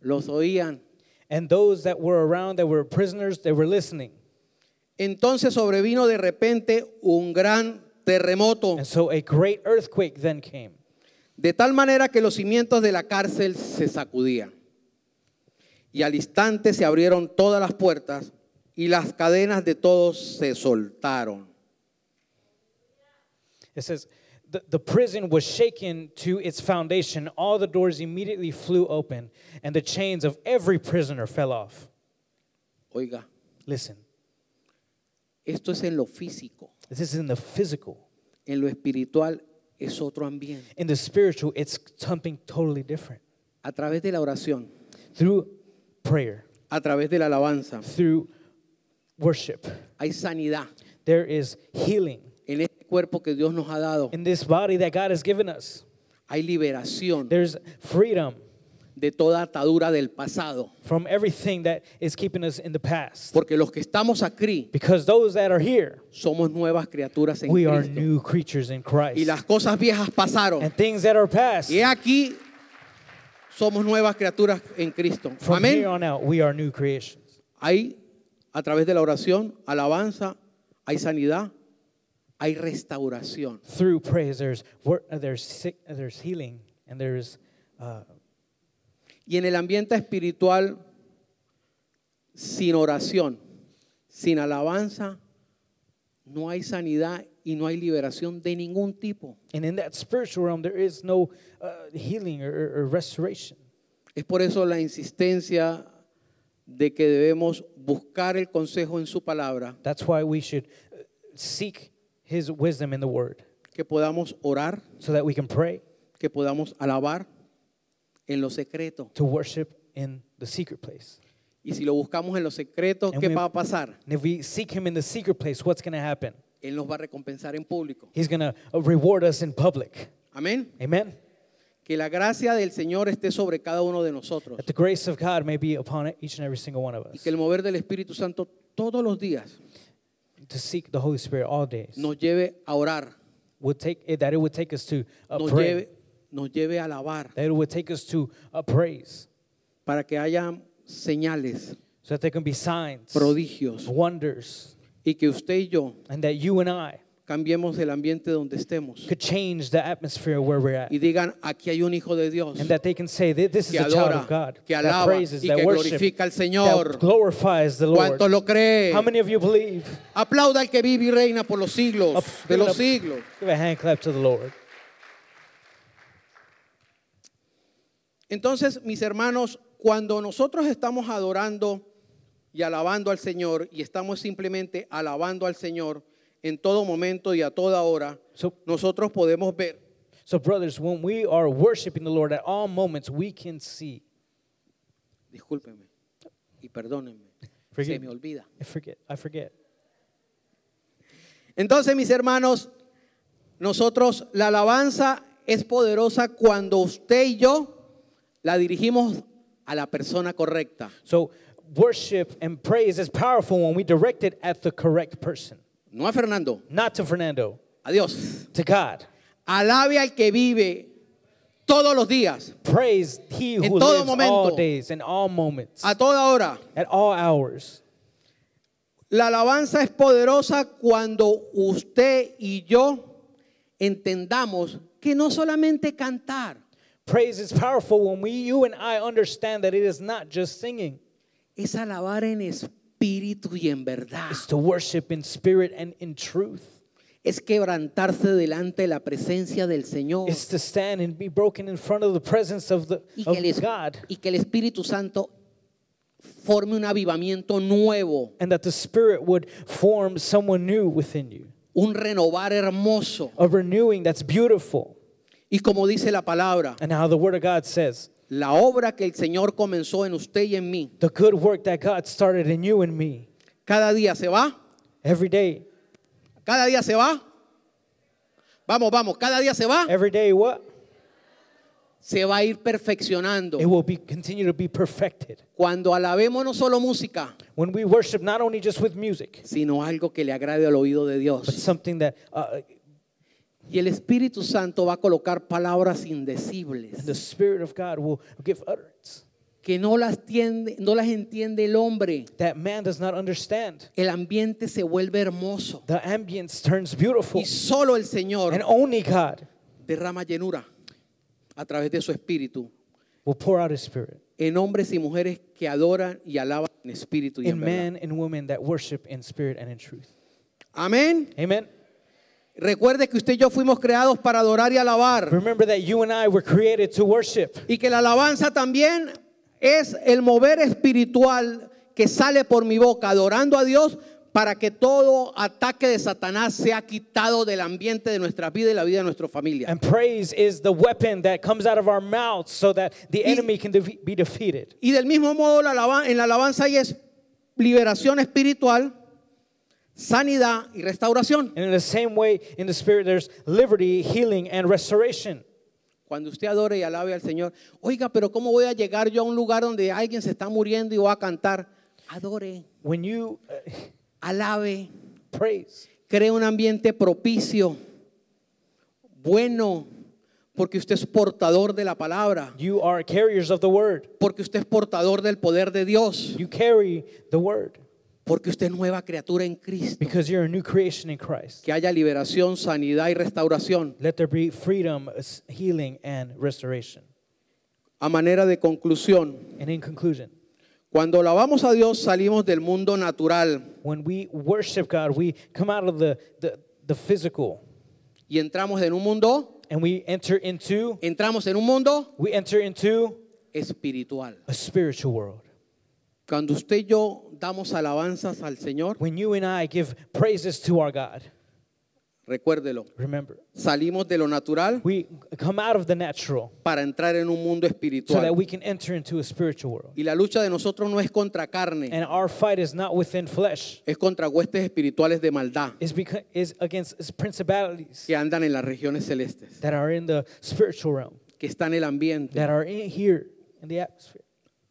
Speaker 3: los oían.
Speaker 2: And those that were around that were prisoners, they were listening.
Speaker 3: Entonces sobrevino de repente un gran terremoto,
Speaker 2: And so a great earthquake then came,
Speaker 3: de tal manera que los cimientos de la cárcel se sacudían. Y al instante se abrieron todas las puertas y las cadenas de todos se soltaron.
Speaker 2: It says, the, the prison was shaken to its foundation. All the doors immediately flew open, and the chains of every prisoner fell off.
Speaker 3: Oiga,
Speaker 2: Listen,
Speaker 3: Esto es en lo físico.
Speaker 2: this is in the physical.
Speaker 3: En lo espiritual es otro ambiente.
Speaker 2: In the spiritual, it's something totally different.
Speaker 3: A través de la oración,
Speaker 2: Through prayer,
Speaker 3: a través de la alabanza,
Speaker 2: through worship,
Speaker 3: hay sanidad
Speaker 2: there is healing.
Speaker 3: en este cuerpo que Dios nos ha dado.
Speaker 2: In this body that God has given us,
Speaker 3: Hay liberación.
Speaker 2: there's freedom.
Speaker 3: de toda atadura del pasado.
Speaker 2: from everything that is keeping us in the past.
Speaker 3: Porque los que estamos aquí
Speaker 2: Because those that are here,
Speaker 3: somos nuevas criaturas en
Speaker 2: we are
Speaker 3: Cristo.
Speaker 2: new creatures
Speaker 3: Y
Speaker 2: in Christ.
Speaker 3: las cosas viejas pasaron.
Speaker 2: And things that are past,
Speaker 3: Y aquí somos nuevas criaturas en Cristo.
Speaker 2: from
Speaker 3: Amén.
Speaker 2: here on out, we are new creations.
Speaker 3: Hay, a través de la oración, alabanza, hay sanidad, hay restauración.
Speaker 2: Through praise, there's, wor- uh, there's, sick, uh, there's healing and there's uh,
Speaker 3: Y en el ambiente espiritual, sin oración, sin alabanza, no hay sanidad y no hay liberación de ningún tipo.
Speaker 2: And in that spiritual realm, there is no uh, healing or, or- or restoration.
Speaker 3: Es por eso la insistencia de que debemos buscar el consejo en su palabra,
Speaker 2: That's why we should uh, seek His wisdom in the Word
Speaker 3: que podamos orar,
Speaker 2: so that we can pray,
Speaker 3: que podamos alabar en lo secreto.
Speaker 2: to worship in the secret place.
Speaker 3: Y si lo buscamos en lo secreto,
Speaker 2: And
Speaker 3: ¿qué
Speaker 2: we-
Speaker 3: va a pasar?
Speaker 2: And if we seek Him in the secret place, what's going to happen?
Speaker 3: Él nos va a recompensar en público.
Speaker 2: He's going to reward us in public.
Speaker 3: Amén.
Speaker 2: Amen?
Speaker 3: Que la gracia del Señor esté sobre cada uno de nosotros.
Speaker 2: That the grace of God may be upon each and every single one of
Speaker 3: y
Speaker 2: us.
Speaker 3: que el mover del Espíritu Santo todos los días
Speaker 2: To seek the Holy Spirit all days.
Speaker 3: nos lleve a orar,
Speaker 2: Would take, eh, that it would take us to uh,
Speaker 3: nos
Speaker 2: pray.
Speaker 3: lleve, nos lleve a alabar,
Speaker 2: That it would take us to uh, praise.
Speaker 3: para que haya señales,
Speaker 2: So that there can be signs,
Speaker 3: prodigios,
Speaker 2: wonders,
Speaker 3: y que usted y yo
Speaker 2: and that you and I
Speaker 3: cambiemos el ambiente donde estemos
Speaker 2: could change the atmosphere where we're at,
Speaker 3: y digan, aquí hay un hijo de Dios
Speaker 2: and that they can say that this is
Speaker 3: que
Speaker 2: a child
Speaker 3: adora,
Speaker 2: of God
Speaker 3: que
Speaker 2: that
Speaker 3: alaba
Speaker 2: praises,
Speaker 3: y
Speaker 2: that
Speaker 3: que
Speaker 2: worship,
Speaker 3: glorifica al
Speaker 2: that
Speaker 3: Señor.
Speaker 2: glorifies the Lord.
Speaker 3: ¿Cuántos lo cree?
Speaker 2: How many of you believe?
Speaker 3: Aplauda al que vive y reina por los siglos
Speaker 2: Up-
Speaker 3: de
Speaker 2: give it
Speaker 3: los
Speaker 2: up.
Speaker 3: siglos.
Speaker 2: Give a hand clap to the Lord.
Speaker 3: Entonces, mis hermanos, cuando nosotros estamos adorando y alabando al Señor y estamos simplemente alabando al Señor en todo momento y a toda hora,
Speaker 2: So-
Speaker 3: nosotros podemos ver
Speaker 2: So, brothers, when we are worshiping the Lord at all moments, we can see.
Speaker 3: discúlpenme y perdónenme,
Speaker 2: Forgive
Speaker 3: se me
Speaker 2: me.
Speaker 3: olvida.
Speaker 2: I forget. I forget.
Speaker 3: Entonces, mis hermanos, nosotros la alabanza es poderosa cuando usted y yo la dirigimos a la persona correcta.
Speaker 2: So, worship and praise is powerful when we direct it at the correct person,
Speaker 3: No a Fernando,
Speaker 2: not to Fernando,
Speaker 3: adiós.
Speaker 2: to God.
Speaker 3: Alabe al que vive todos los días,
Speaker 2: Praise He who
Speaker 3: En todo
Speaker 2: lives all
Speaker 3: momento.
Speaker 2: days and all moments,
Speaker 3: a toda hora.
Speaker 2: at all hours.
Speaker 3: La alabanza es poderosa cuando usted y yo entendamos que no solamente cantar,
Speaker 2: Praise is powerful when we, you and I understand that it is not just singing.
Speaker 3: es alabar en espíritu y en verdad.
Speaker 2: It's to worship in spirit and in truth.
Speaker 3: Es quebrantarse delante de la presencia del Señor
Speaker 2: It's to stand and be broken in front of the presence of the
Speaker 3: y que,
Speaker 2: Este of
Speaker 3: el, es-
Speaker 2: God.
Speaker 3: y que el Espíritu Santo forme un avivamiento nuevo,
Speaker 2: And that the spirit would form someone new within you.
Speaker 3: un renovar hermoso.
Speaker 2: A renewing that's beautiful.
Speaker 3: Y como dice la palabra,
Speaker 2: And how the word of God says,
Speaker 3: la obra que el Señor comenzó en usted y en mí,
Speaker 2: the good work that God started in you and me
Speaker 3: cada día se va,
Speaker 2: every day.
Speaker 3: cada día se va. Vamos, vamos, cada día se va,
Speaker 2: Every day what?
Speaker 3: se va a ir perfeccionando.
Speaker 2: It will be continue to be perfected.
Speaker 3: Cuando alabemos no solo música,
Speaker 2: When we worship not only just with music,
Speaker 3: sino algo que le agrade al oído de
Speaker 2: but
Speaker 3: Dios.
Speaker 2: something that uh,
Speaker 3: Y el Espíritu Santo va a colocar palabras indecibles
Speaker 2: And the Spirit of God will give utterance
Speaker 3: que no las, tiende- no las entiende el hombre.
Speaker 2: that man does not understand.
Speaker 3: El ambiente se vuelve hermoso
Speaker 2: The ambience turns beautiful,
Speaker 3: y solo el
Speaker 2: and
Speaker 3: Señor
Speaker 2: only God
Speaker 3: derrama llenura a través de su Espíritu
Speaker 2: will pour out His Spirit
Speaker 3: en hombres y mujeres que adoran y alaban en espíritu y en
Speaker 2: in
Speaker 3: verdad.
Speaker 2: men and women that worship in spirit and in truth.
Speaker 3: Amén.
Speaker 2: Amen.
Speaker 3: Recuerde que usted y yo fuimos creados para adorar y alabar.
Speaker 2: Remember that you and I were created to worship,
Speaker 3: Y que la alabanza también es el mover espiritual que sale por mi boca adorando a Dios para que todo ataque de Satanás sea quitado del ambiente de nuestra vida y la vida de nuestra familia.
Speaker 2: and praise is the weapon that comes out of our mouths so that the enemy can defe- be defeated.
Speaker 3: Y del mismo modo la alaba- en la alabanza hay es liberación espiritual, sanidad y restauración.
Speaker 2: And in the same way, in the spirit, there's liberty, healing, and restoration.
Speaker 3: Cuando usted adore y alabe al Señor, oiga, pero ¿cómo voy a llegar yo a un lugar donde alguien se está muriendo y voy a cantar? Adore,
Speaker 2: When you uh,
Speaker 3: alabe,
Speaker 2: praise,
Speaker 3: cree un ambiente propicio, bueno, porque usted es portador de la palabra,
Speaker 2: you are carriers of the word.
Speaker 3: porque usted es portador del poder de Dios,
Speaker 2: You carry the word
Speaker 3: porque usted es nueva criatura en Cristo.
Speaker 2: because you're a new creation in Christ.
Speaker 3: Que haya liberación, sanidad y restauración.
Speaker 2: Let there be freedom, uh, s- healing, and restoration.
Speaker 3: A manera de conclusión,
Speaker 2: And in conclusion,
Speaker 3: Cuando alabamos a Dios salimos del mundo natural
Speaker 2: when we worship God, we come out of the, the, the physical
Speaker 3: y entramos en un mundo,
Speaker 2: and we enter into
Speaker 3: entramos en un mundo
Speaker 2: we enter into
Speaker 3: espiritual.
Speaker 2: a spiritual world.
Speaker 3: Cuando usted y yo damos alabanzas al Señor,
Speaker 2: When you and I give praises to our God,
Speaker 3: recuérdelo,
Speaker 2: remember,
Speaker 3: salimos de lo natural
Speaker 2: we come out of the natural
Speaker 3: para entrar en un mundo
Speaker 2: so that
Speaker 3: espiritual.
Speaker 2: we can enter into a spiritual world.
Speaker 3: Y la lucha de nosotros no es contra carne,
Speaker 2: And our fight is not within flesh,
Speaker 3: es contra huestes espirituales de maldad
Speaker 2: it's, because, it's against it's principalities
Speaker 3: que andan en las regiones celestes,
Speaker 2: that are in the spiritual realm,
Speaker 3: que están en el ambiente.
Speaker 2: that are in here in the atmosphere.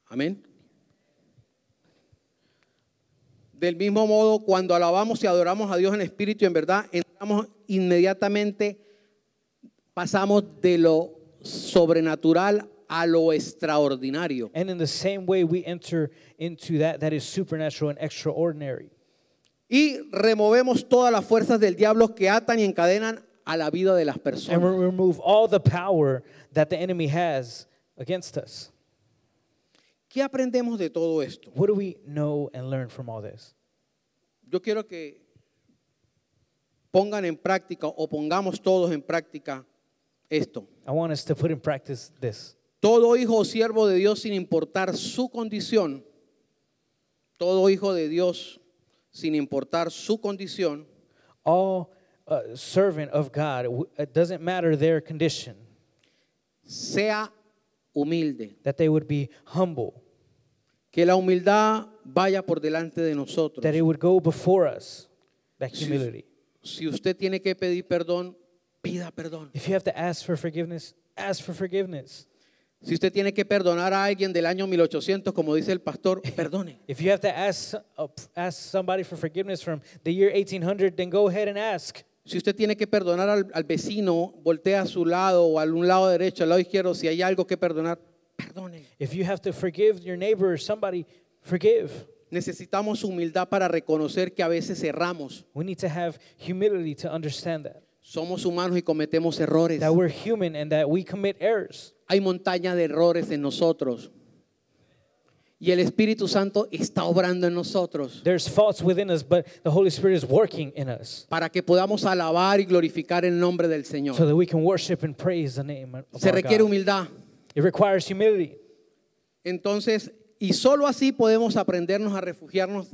Speaker 3: Amén. Del mismo modo, cuando alabamos y adoramos a Dios en espíritu y en verdad, entramos inmediatamente, pasamos de lo sobrenatural a lo extraordinario.
Speaker 2: And in the same way, we enter into that that is supernatural and extraordinary.
Speaker 3: Y removemos todas las fuerzas del diablo que atan y encadenan a la vida de las
Speaker 2: And we
Speaker 3: personas.
Speaker 2: remove all the power that the enemy has against us.
Speaker 3: ¿Qué aprendemos de todo esto?
Speaker 2: What do we know and learn from all this?
Speaker 3: Yo quiero que pongan en práctica o pongamos todos en práctica esto.
Speaker 2: I want us to put in practice this.
Speaker 3: Todo hijo o siervo de Dios, sin importar su condición, todo hijo de Dios, sin importar su condición,
Speaker 2: All uh, servant of God, w- it doesn't matter their condition,
Speaker 3: sea humilde.
Speaker 2: that they would be humble,
Speaker 3: Que la humildad vaya por delante de
Speaker 2: that it
Speaker 3: nosotros.
Speaker 2: would go before us, that
Speaker 3: Sí.
Speaker 2: humility.
Speaker 3: Si usted tiene que pedir perdón, pida perdón.
Speaker 2: If you have to ask for forgiveness, ask for forgiveness.
Speaker 3: Si usted tiene que perdonar a alguien del año 1800, como dice el pastor, perdone.
Speaker 2: If you have to ask, uh, ask somebody for forgiveness from the year 1800, then go ahead and ask.
Speaker 3: Si usted tiene que perdonar al, al vecino, voltea a su lado o al un lado derecho, al lado izquierdo, si hay algo que perdonar, perdone.
Speaker 2: If you have to forgive your neighbor or somebody, forgive.
Speaker 3: Necesitamos humildad para reconocer que a veces erramos.
Speaker 2: We need to have humility to understand that.
Speaker 3: Somos humanos y cometemos errores.
Speaker 2: That we're human and that we commit errors.
Speaker 3: Hay montaña de errores en nosotros. Y el Espíritu Santo está obrando en nosotros
Speaker 2: There's faults within us, but the Holy Spirit is working in us
Speaker 3: para que podamos alabar y glorificar el nombre del
Speaker 2: so
Speaker 3: Señor.
Speaker 2: that we can worship and praise the name of
Speaker 3: Se
Speaker 2: our
Speaker 3: requiere
Speaker 2: God.
Speaker 3: humildad.
Speaker 2: It requires humility.
Speaker 3: Entonces, y solo así podemos aprendernos a refugiarnos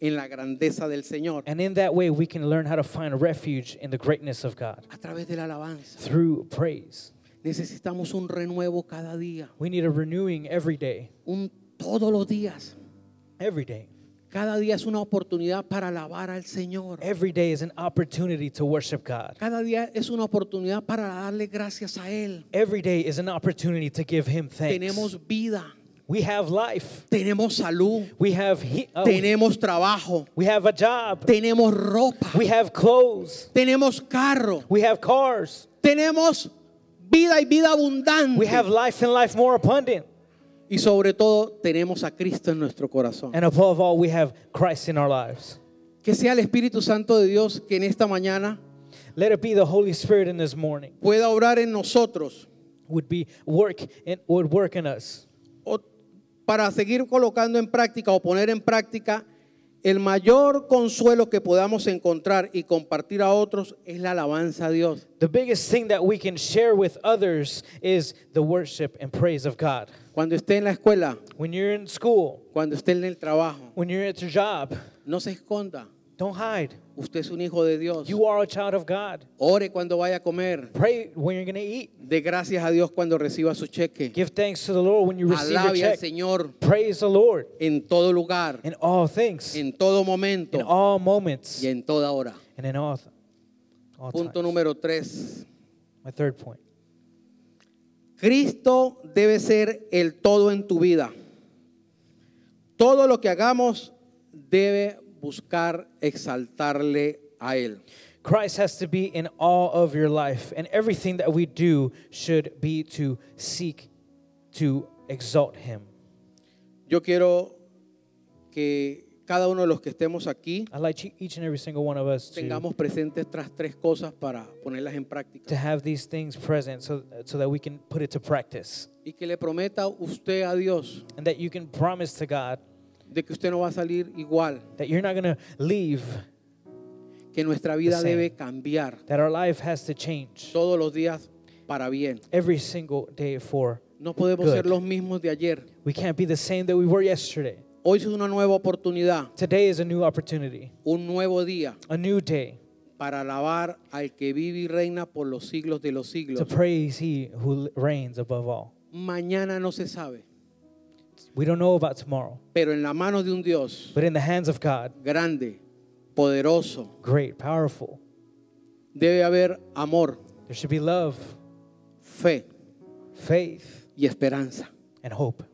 Speaker 3: en la grandeza del Señor
Speaker 2: And in that way, we can learn how to find refuge in the greatness of God
Speaker 3: a través de la alabanza.
Speaker 2: through praise.
Speaker 3: Necesitamos un renuevo cada día,
Speaker 2: We need a renewing every day.
Speaker 3: un todos los días.
Speaker 2: Every day.
Speaker 3: Cada día es una oportunidad para alabar al Señor.
Speaker 2: Every day is an opportunity to worship God.
Speaker 3: Cada día es una oportunidad para darle gracias a Él.
Speaker 2: Every day is an opportunity to give Him thanks.
Speaker 3: Tenemos vida,
Speaker 2: We have life.
Speaker 3: tenemos salud,
Speaker 2: We have he- uh,
Speaker 3: tenemos trabajo,
Speaker 2: we have a job.
Speaker 3: tenemos ropa,
Speaker 2: We have clothes.
Speaker 3: tenemos carro,
Speaker 2: We have cars.
Speaker 3: tenemos vida y vida
Speaker 2: We have
Speaker 3: abundante.
Speaker 2: life and life more abundant.
Speaker 3: Y sobre todo tenemos a Cristo en nuestro corazón.
Speaker 2: And above all, we have Christ in our lives.
Speaker 3: Que sea el Espíritu Santo de Dios que en esta mañana
Speaker 2: Let it be the Holy Spirit in this morning
Speaker 3: pueda obrar en nosotros
Speaker 2: would be work and would work in us
Speaker 3: o- para seguir colocando en práctica o poner en práctica el mayor consuelo que podamos encontrar y compartir a otros es la alabanza a Dios.
Speaker 2: The biggest thing that we can share with others is the worship and praise of God.
Speaker 3: Cuando esté en la escuela,
Speaker 2: When you're in school,
Speaker 3: cuando esté en el trabajo,
Speaker 2: when you're at your job,
Speaker 3: no se esconda.
Speaker 2: don't hide.
Speaker 3: Usted es un hijo de Dios.
Speaker 2: You are a child of God.
Speaker 3: Ore cuando vaya a comer.
Speaker 2: Pray when you're going to eat.
Speaker 3: De gracias a Dios cuando reciba su cheque.
Speaker 2: Give thanks to the Lord when you receive your
Speaker 3: Alabe al
Speaker 2: check.
Speaker 3: Señor
Speaker 2: Praise the Lord
Speaker 3: en todo lugar,
Speaker 2: in all things,
Speaker 3: en todo
Speaker 2: in
Speaker 3: momento
Speaker 2: all moments,
Speaker 3: y en toda hora.
Speaker 2: and in all, th- all
Speaker 3: Punto
Speaker 2: times.
Speaker 3: número tres.
Speaker 2: My third point
Speaker 3: Cristo debe ser el todo en tu vida. Todo lo que hagamos debe buscar exaltarle a Él.
Speaker 2: Christ has to be in all of your life, and everything that we do should be to seek to exalt Him.
Speaker 3: Yo quiero que cada uno de los que estemos aquí
Speaker 2: I'd like you- each and every single one of us to,
Speaker 3: tengamos presentes estas tres cosas para ponerlas en práctica.
Speaker 2: to have these things present so, so that we can put it to practice.
Speaker 3: Y que le prometa usted a Dios
Speaker 2: And that you can promise to God
Speaker 3: de que usted no va a salir igual,
Speaker 2: that you're not going to leave,
Speaker 3: que nuestra vida
Speaker 2: The same.
Speaker 3: debe cambiar
Speaker 2: that our life has to change
Speaker 3: todos los días para bien.
Speaker 2: every single day for.
Speaker 3: No podemos
Speaker 2: Good.
Speaker 3: ser los mismos de ayer.
Speaker 2: We can't be the same that we were yesterday.
Speaker 3: Hoy es una nueva oportunidad,
Speaker 2: Today is a new opportunity,
Speaker 3: un nuevo día
Speaker 2: a new day
Speaker 3: para alabar al que vive y reina por los siglos de los siglos.
Speaker 2: to praise He who reigns above all.
Speaker 3: Mañana no se sabe,
Speaker 2: We don't know about tomorrow,
Speaker 3: pero en la mano de un Dios
Speaker 2: but in the hands of God,
Speaker 3: grande, poderoso,
Speaker 2: great, powerful,
Speaker 3: debe haber amor,
Speaker 2: there should be love,
Speaker 3: fe
Speaker 2: faith,
Speaker 3: y esperanza
Speaker 2: and hope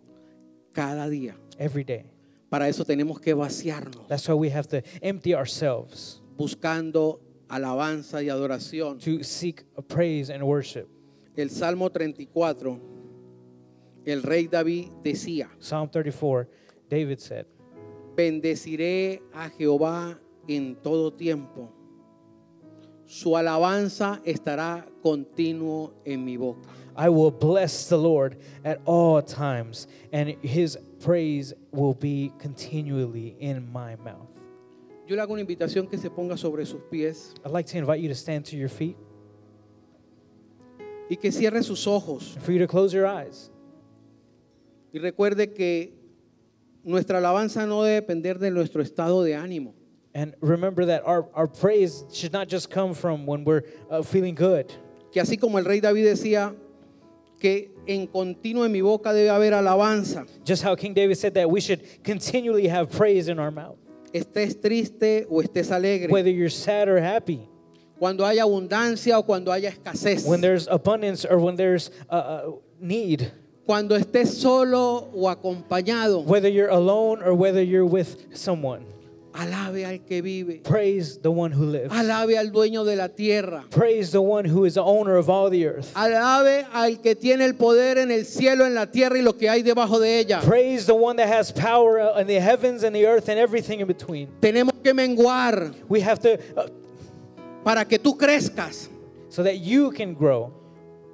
Speaker 3: cada día.
Speaker 2: every day.
Speaker 3: Para eso tenemos que vaciarnos,
Speaker 2: That's why we have to empty ourselves
Speaker 3: buscando alabanza y adoración.
Speaker 2: to seek praise and worship.
Speaker 3: El Salmo 34, el rey David decía,
Speaker 2: Psalm 34, David said,
Speaker 3: Bendeciré a Jehová en todo tiempo. Su alabanza estará continuo en mi boca.
Speaker 2: I will bless the Lord at all times, and his praise will be continually in my mouth.
Speaker 3: Yo le hago una invitación que se ponga sobre sus pies
Speaker 2: I'd like to invite you to stand to your feet
Speaker 3: y que cierre sus ojos.
Speaker 2: and for you to close your eyes.
Speaker 3: Y recuerde que nuestra alabanza no debe depender de nuestro estado de ánimo.
Speaker 2: And remember that our, our praise should not just come from when we're uh, feeling good.
Speaker 3: Que así como el rey David decía que en continuo en mi boca debe haber alabanza.
Speaker 2: Just how King David said that we should continually have praise in our mouth,
Speaker 3: Estés triste o estés alegre.
Speaker 2: whether you're sad or happy,
Speaker 3: Cuando haya abundancia o cuando haya escasez.
Speaker 2: when there's abundance or when there's uh, uh, need,
Speaker 3: Cuando estés solo o acompañado,
Speaker 2: whether you're alone or whether you're with someone.
Speaker 3: alabe al que vive.
Speaker 2: Praise the one who lives.
Speaker 3: Alabe al dueño de la tierra.
Speaker 2: Praise the one who is the owner of all the earth.
Speaker 3: Alabe al que tiene el poder en el cielo, en la tierra y lo que hay debajo de ella.
Speaker 2: Praise the one that has power uh, in the heavens and the earth and everything in between.
Speaker 3: Tenemos que menguar
Speaker 2: We have to, uh,
Speaker 3: para que tú crezcas.
Speaker 2: so that you can grow.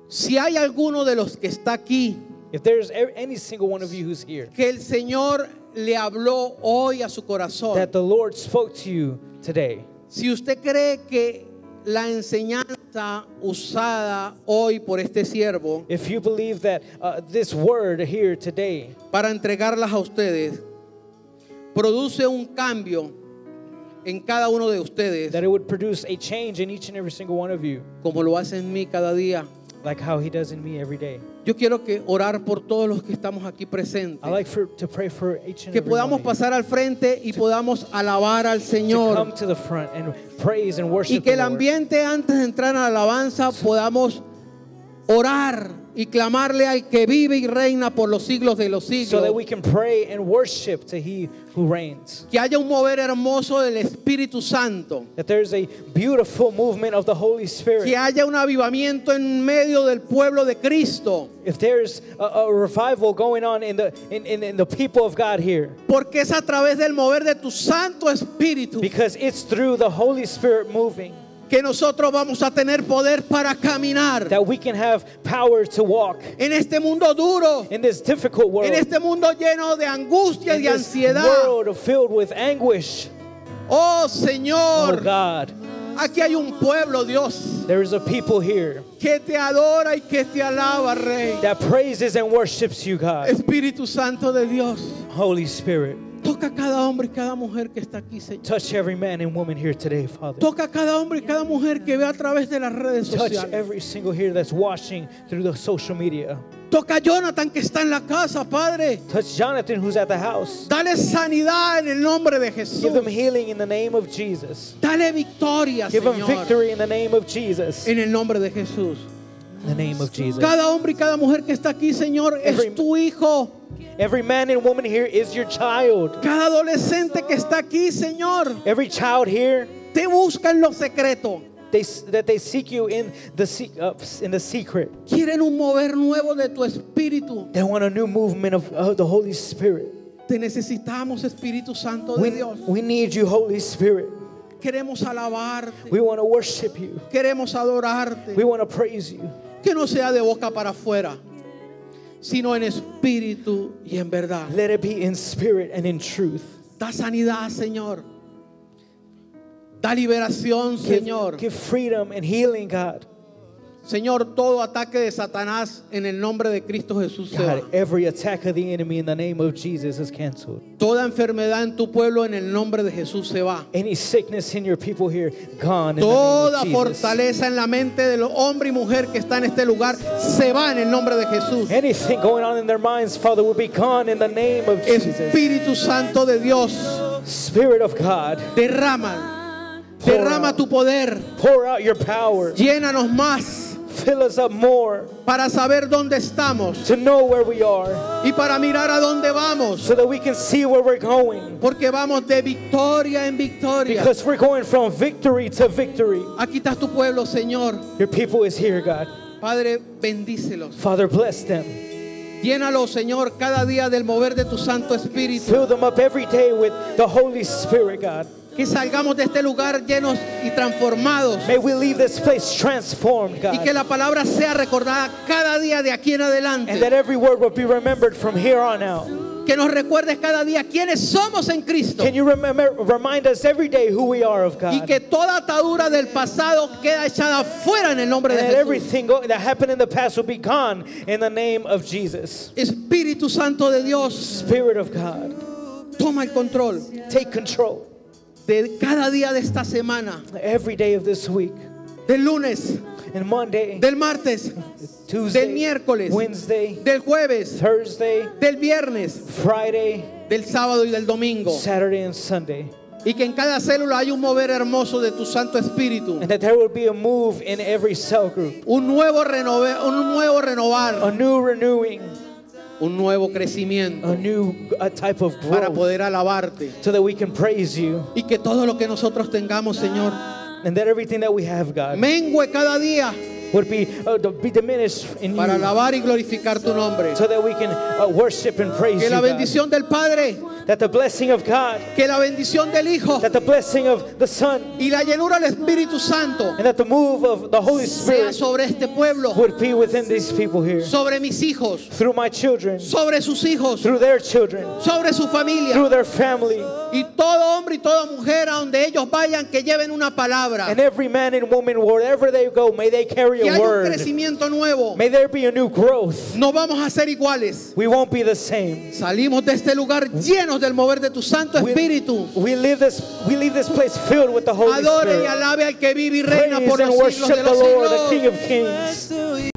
Speaker 3: Si hay alguno de los que está aquí,
Speaker 2: If there's e- any single one of you who's here,
Speaker 3: que el Señor le habló hoy a su corazón.
Speaker 2: that the Lord spoke to you today,
Speaker 3: Si usted cree que la enseñanza usada hoy por este siervo
Speaker 2: if you believe that uh, this word here today
Speaker 3: para entregarlas a ustedes produce un cambio en cada uno de
Speaker 2: that
Speaker 3: ustedes,
Speaker 2: it would produce a change in each and every single one of you,
Speaker 3: como lo hace en mí cada día.
Speaker 2: like how He does in me every day.
Speaker 3: Yo quiero que orar por todos los que estamos aquí
Speaker 2: I
Speaker 3: presentes,
Speaker 2: like for, to pray for each and
Speaker 3: que
Speaker 2: every
Speaker 3: podamos
Speaker 2: one of you
Speaker 3: pasar al frente y podamos alabar al
Speaker 2: to come
Speaker 3: Señor
Speaker 2: to the front and praise and worship
Speaker 3: y que el
Speaker 2: the Lord.
Speaker 3: ambiente antes de entrar a la alabanza podamos orar y clamarle al que vive y reina por los siglos de los
Speaker 2: so that we
Speaker 3: siglos.
Speaker 2: can pray and worship to He who reigns.
Speaker 3: Que haya un mover hermoso del Espíritu Santo.
Speaker 2: That there's a beautiful movement of the Holy
Speaker 3: que
Speaker 2: Spirit.
Speaker 3: haya un avivamiento en medio del pueblo de Cristo.
Speaker 2: If there's a, a revival going on in the in, in, in the people of God here,
Speaker 3: Porque es a través del mover de tu Santo Espíritu
Speaker 2: because it's through the Holy Spirit moving
Speaker 3: que nosotros vamos a tener poder para caminar
Speaker 2: that we can have power to walk
Speaker 3: en este mundo duro,
Speaker 2: in this difficult world,
Speaker 3: en este mundo lleno de angustia y
Speaker 2: in
Speaker 3: de
Speaker 2: this
Speaker 3: ansiedad.
Speaker 2: world filled with anguish.
Speaker 3: Oh
Speaker 2: Oh
Speaker 3: Señor,
Speaker 2: God,
Speaker 3: aquí hay un pueblo, Dios,
Speaker 2: there is a people here
Speaker 3: que te adora y que te alaba, Rey.
Speaker 2: that praises and worships you, God.
Speaker 3: Espíritu Santo de Dios,
Speaker 2: Holy Spirit,
Speaker 3: toca a cada hombre y cada mujer que está aquí, Señor.
Speaker 2: touch every man and woman here today, Father.
Speaker 3: Toca a cada hombre y cada mujer que ve a través de las redes
Speaker 2: Touch
Speaker 3: sociales.
Speaker 2: every single here that's watching through the social media.
Speaker 3: Toca a Jonathan que está en la casa, Padre.
Speaker 2: Touch Jonathan who's at the house.
Speaker 3: Dale sanidad en el nombre de Jesús.
Speaker 2: Give them healing in the name of Jesus.
Speaker 3: Dale victoria,
Speaker 2: Give them
Speaker 3: Señor.
Speaker 2: victory in the name of Jesus.
Speaker 3: En el nombre de Jesús.
Speaker 2: In the name of Jesus.
Speaker 3: Cada hombre y cada mujer que está aquí, Señor, es
Speaker 2: Every-
Speaker 3: tu hijo.
Speaker 2: Every man and woman here is your child.
Speaker 3: Cada adolescente que está aquí, Señor,
Speaker 2: Every child here,
Speaker 3: te busca en lo secreto.
Speaker 2: they, that they seek you in the, se- uh, in the secret.
Speaker 3: Quieren un mover nuevo de tu espíritu.
Speaker 2: They want a new movement of, of the Holy Spirit.
Speaker 3: Te necesitamos, Espíritu Santo de
Speaker 2: We,
Speaker 3: Dios.
Speaker 2: we need you, Holy Spirit.
Speaker 3: Queremos alabarte.
Speaker 2: We want to worship you.
Speaker 3: Queremos adorarte.
Speaker 2: We want to praise you.
Speaker 3: Que no sea de boca para afuera, sino en espíritu y en verdad.
Speaker 2: Let it be in spirit and in truth.
Speaker 3: Da sanidad, Señor. Da liberación,
Speaker 2: Give,
Speaker 3: Señor.
Speaker 2: give freedom and healing, God.
Speaker 3: Señor, todo ataque de Satanás en el nombre de Cristo Jesús se va.
Speaker 2: God, every attack of the enemy in the name of Jesus is canceled.
Speaker 3: Toda enfermedad en tu pueblo en el nombre de Jesús se va.
Speaker 2: Any sickness in your people here, gone. In
Speaker 3: Toda
Speaker 2: the name of Jesus.
Speaker 3: fortaleza en la mente del hombre y mujer que está en este lugar se va en el nombre de Jesús.
Speaker 2: Anything going on in their minds, Father, will be gone in the name of Jesus.
Speaker 3: Espíritu Santo de Dios,
Speaker 2: Spirit of God,
Speaker 3: derrama,
Speaker 2: Pour
Speaker 3: derrama
Speaker 2: out.
Speaker 3: tu poder,
Speaker 2: pour out your power.
Speaker 3: llénanos más
Speaker 2: Fill us up more
Speaker 3: para saber dónde estamos
Speaker 2: to know where we are
Speaker 3: y para mirar a dónde vamos,
Speaker 2: so that we can see where we're going.
Speaker 3: porque vamos de victoria en victoria.
Speaker 2: Because we're going from victory to victory.
Speaker 3: Aquí está tu pueblo, Señor.
Speaker 2: Your people is here, God.
Speaker 3: Padre, bendícelos.
Speaker 2: Father, bless them.
Speaker 3: Llénalos, Señor, cada día del mover de tu Santo Espíritu.
Speaker 2: Fill them up every day with the Holy Spirit, God.
Speaker 3: Que salgamos de este lugar llenos y transformados.
Speaker 2: May we leave this place transformed,
Speaker 3: Y que
Speaker 2: God.
Speaker 3: la palabra sea recordada cada día de aquí en
Speaker 2: And that
Speaker 3: adelante.
Speaker 2: every word will be remembered from here on out.
Speaker 3: Que nos recuerdes cada día quiénes somos en Cristo.
Speaker 2: Can you remember, remind us every day who we are of
Speaker 3: Y
Speaker 2: God?
Speaker 3: que toda atadura del pasado queda echada fuera en el nombre
Speaker 2: And
Speaker 3: de
Speaker 2: that
Speaker 3: Jesús.
Speaker 2: everything go- that happened in the past will be gone in the name of Jesus.
Speaker 3: Espíritu Santo de Dios,
Speaker 2: Spirit of God,
Speaker 3: toma el control
Speaker 2: take control
Speaker 3: de cada día de esta semana,
Speaker 2: every day of this week.
Speaker 3: del lunes,
Speaker 2: And Monday,
Speaker 3: del martes,
Speaker 2: Tuesday,
Speaker 3: del miércoles,
Speaker 2: Wednesday,
Speaker 3: del jueves,
Speaker 2: Thursday,
Speaker 3: del viernes,
Speaker 2: Friday,
Speaker 3: del sábado y del domingo.
Speaker 2: Saturday, and Sunday.
Speaker 3: Y que en cada célula haya un mover hermoso de tu Santo Espíritu.
Speaker 2: And that there will be a move in every cell group,
Speaker 3: Un nuevo, renove- un nuevo renovar,
Speaker 2: a new renewing,
Speaker 3: un nuevo crecimiento
Speaker 2: a new a type of
Speaker 3: para
Speaker 2: growth
Speaker 3: poder alabarte.
Speaker 2: so that we can praise you
Speaker 3: Y que todo lo que nosotros tengamos, Señor,
Speaker 2: and that everything that we have, God,
Speaker 3: mengue cada día
Speaker 2: would be, uh, be diminished in
Speaker 3: para
Speaker 2: you
Speaker 3: alabar y glorificar tu nombre.
Speaker 2: so that we can uh, worship and praise
Speaker 3: Que
Speaker 2: you.
Speaker 3: la
Speaker 2: God.
Speaker 3: bendición del Padre,
Speaker 2: That the blessing of God,
Speaker 3: que la bendición del Hijo
Speaker 2: that the blessing of the Son,
Speaker 3: y la llenura del Espíritu Santo
Speaker 2: and that the move of the Holy
Speaker 3: sea
Speaker 2: Spirit
Speaker 3: sobre este pueblo,
Speaker 2: would be within these people here.
Speaker 3: sobre mis hijos,
Speaker 2: Through my children,
Speaker 3: sobre sus hijos,
Speaker 2: through their children,
Speaker 3: sobre su familia.
Speaker 2: through their family,
Speaker 3: Y todo hombre y toda mujer a donde ellos vayan, que lleven una palabra.
Speaker 2: and every man and woman, wherever they go, may they carry
Speaker 3: Que
Speaker 2: a
Speaker 3: haya un
Speaker 2: word.
Speaker 3: crecimiento nuevo.
Speaker 2: May there be a new growth.
Speaker 3: No vamos a ser iguales.
Speaker 2: We won't be the same.
Speaker 3: Salimos de este lugar llenos del mover de tu Santo
Speaker 2: We,
Speaker 3: Espíritu.
Speaker 2: we leave this we leave this place filled with the Holy
Speaker 3: Adore y
Speaker 2: Spirit.
Speaker 3: alabe al que vive y reina
Speaker 2: Praise
Speaker 3: por
Speaker 2: and
Speaker 3: los siglos
Speaker 2: worship
Speaker 3: de
Speaker 2: the
Speaker 3: los
Speaker 2: Lord, the
Speaker 3: siglos.
Speaker 2: King of Kings.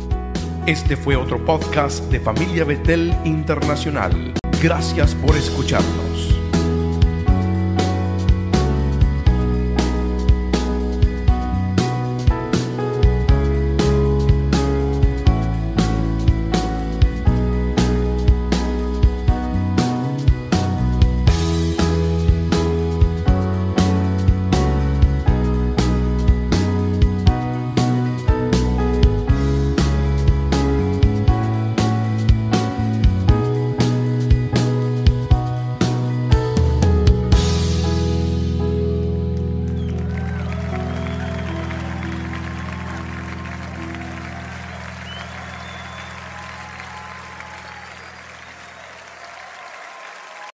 Speaker 1: Este fue otro podcast de Familia Betel Internacional. Gracias por escucharnos.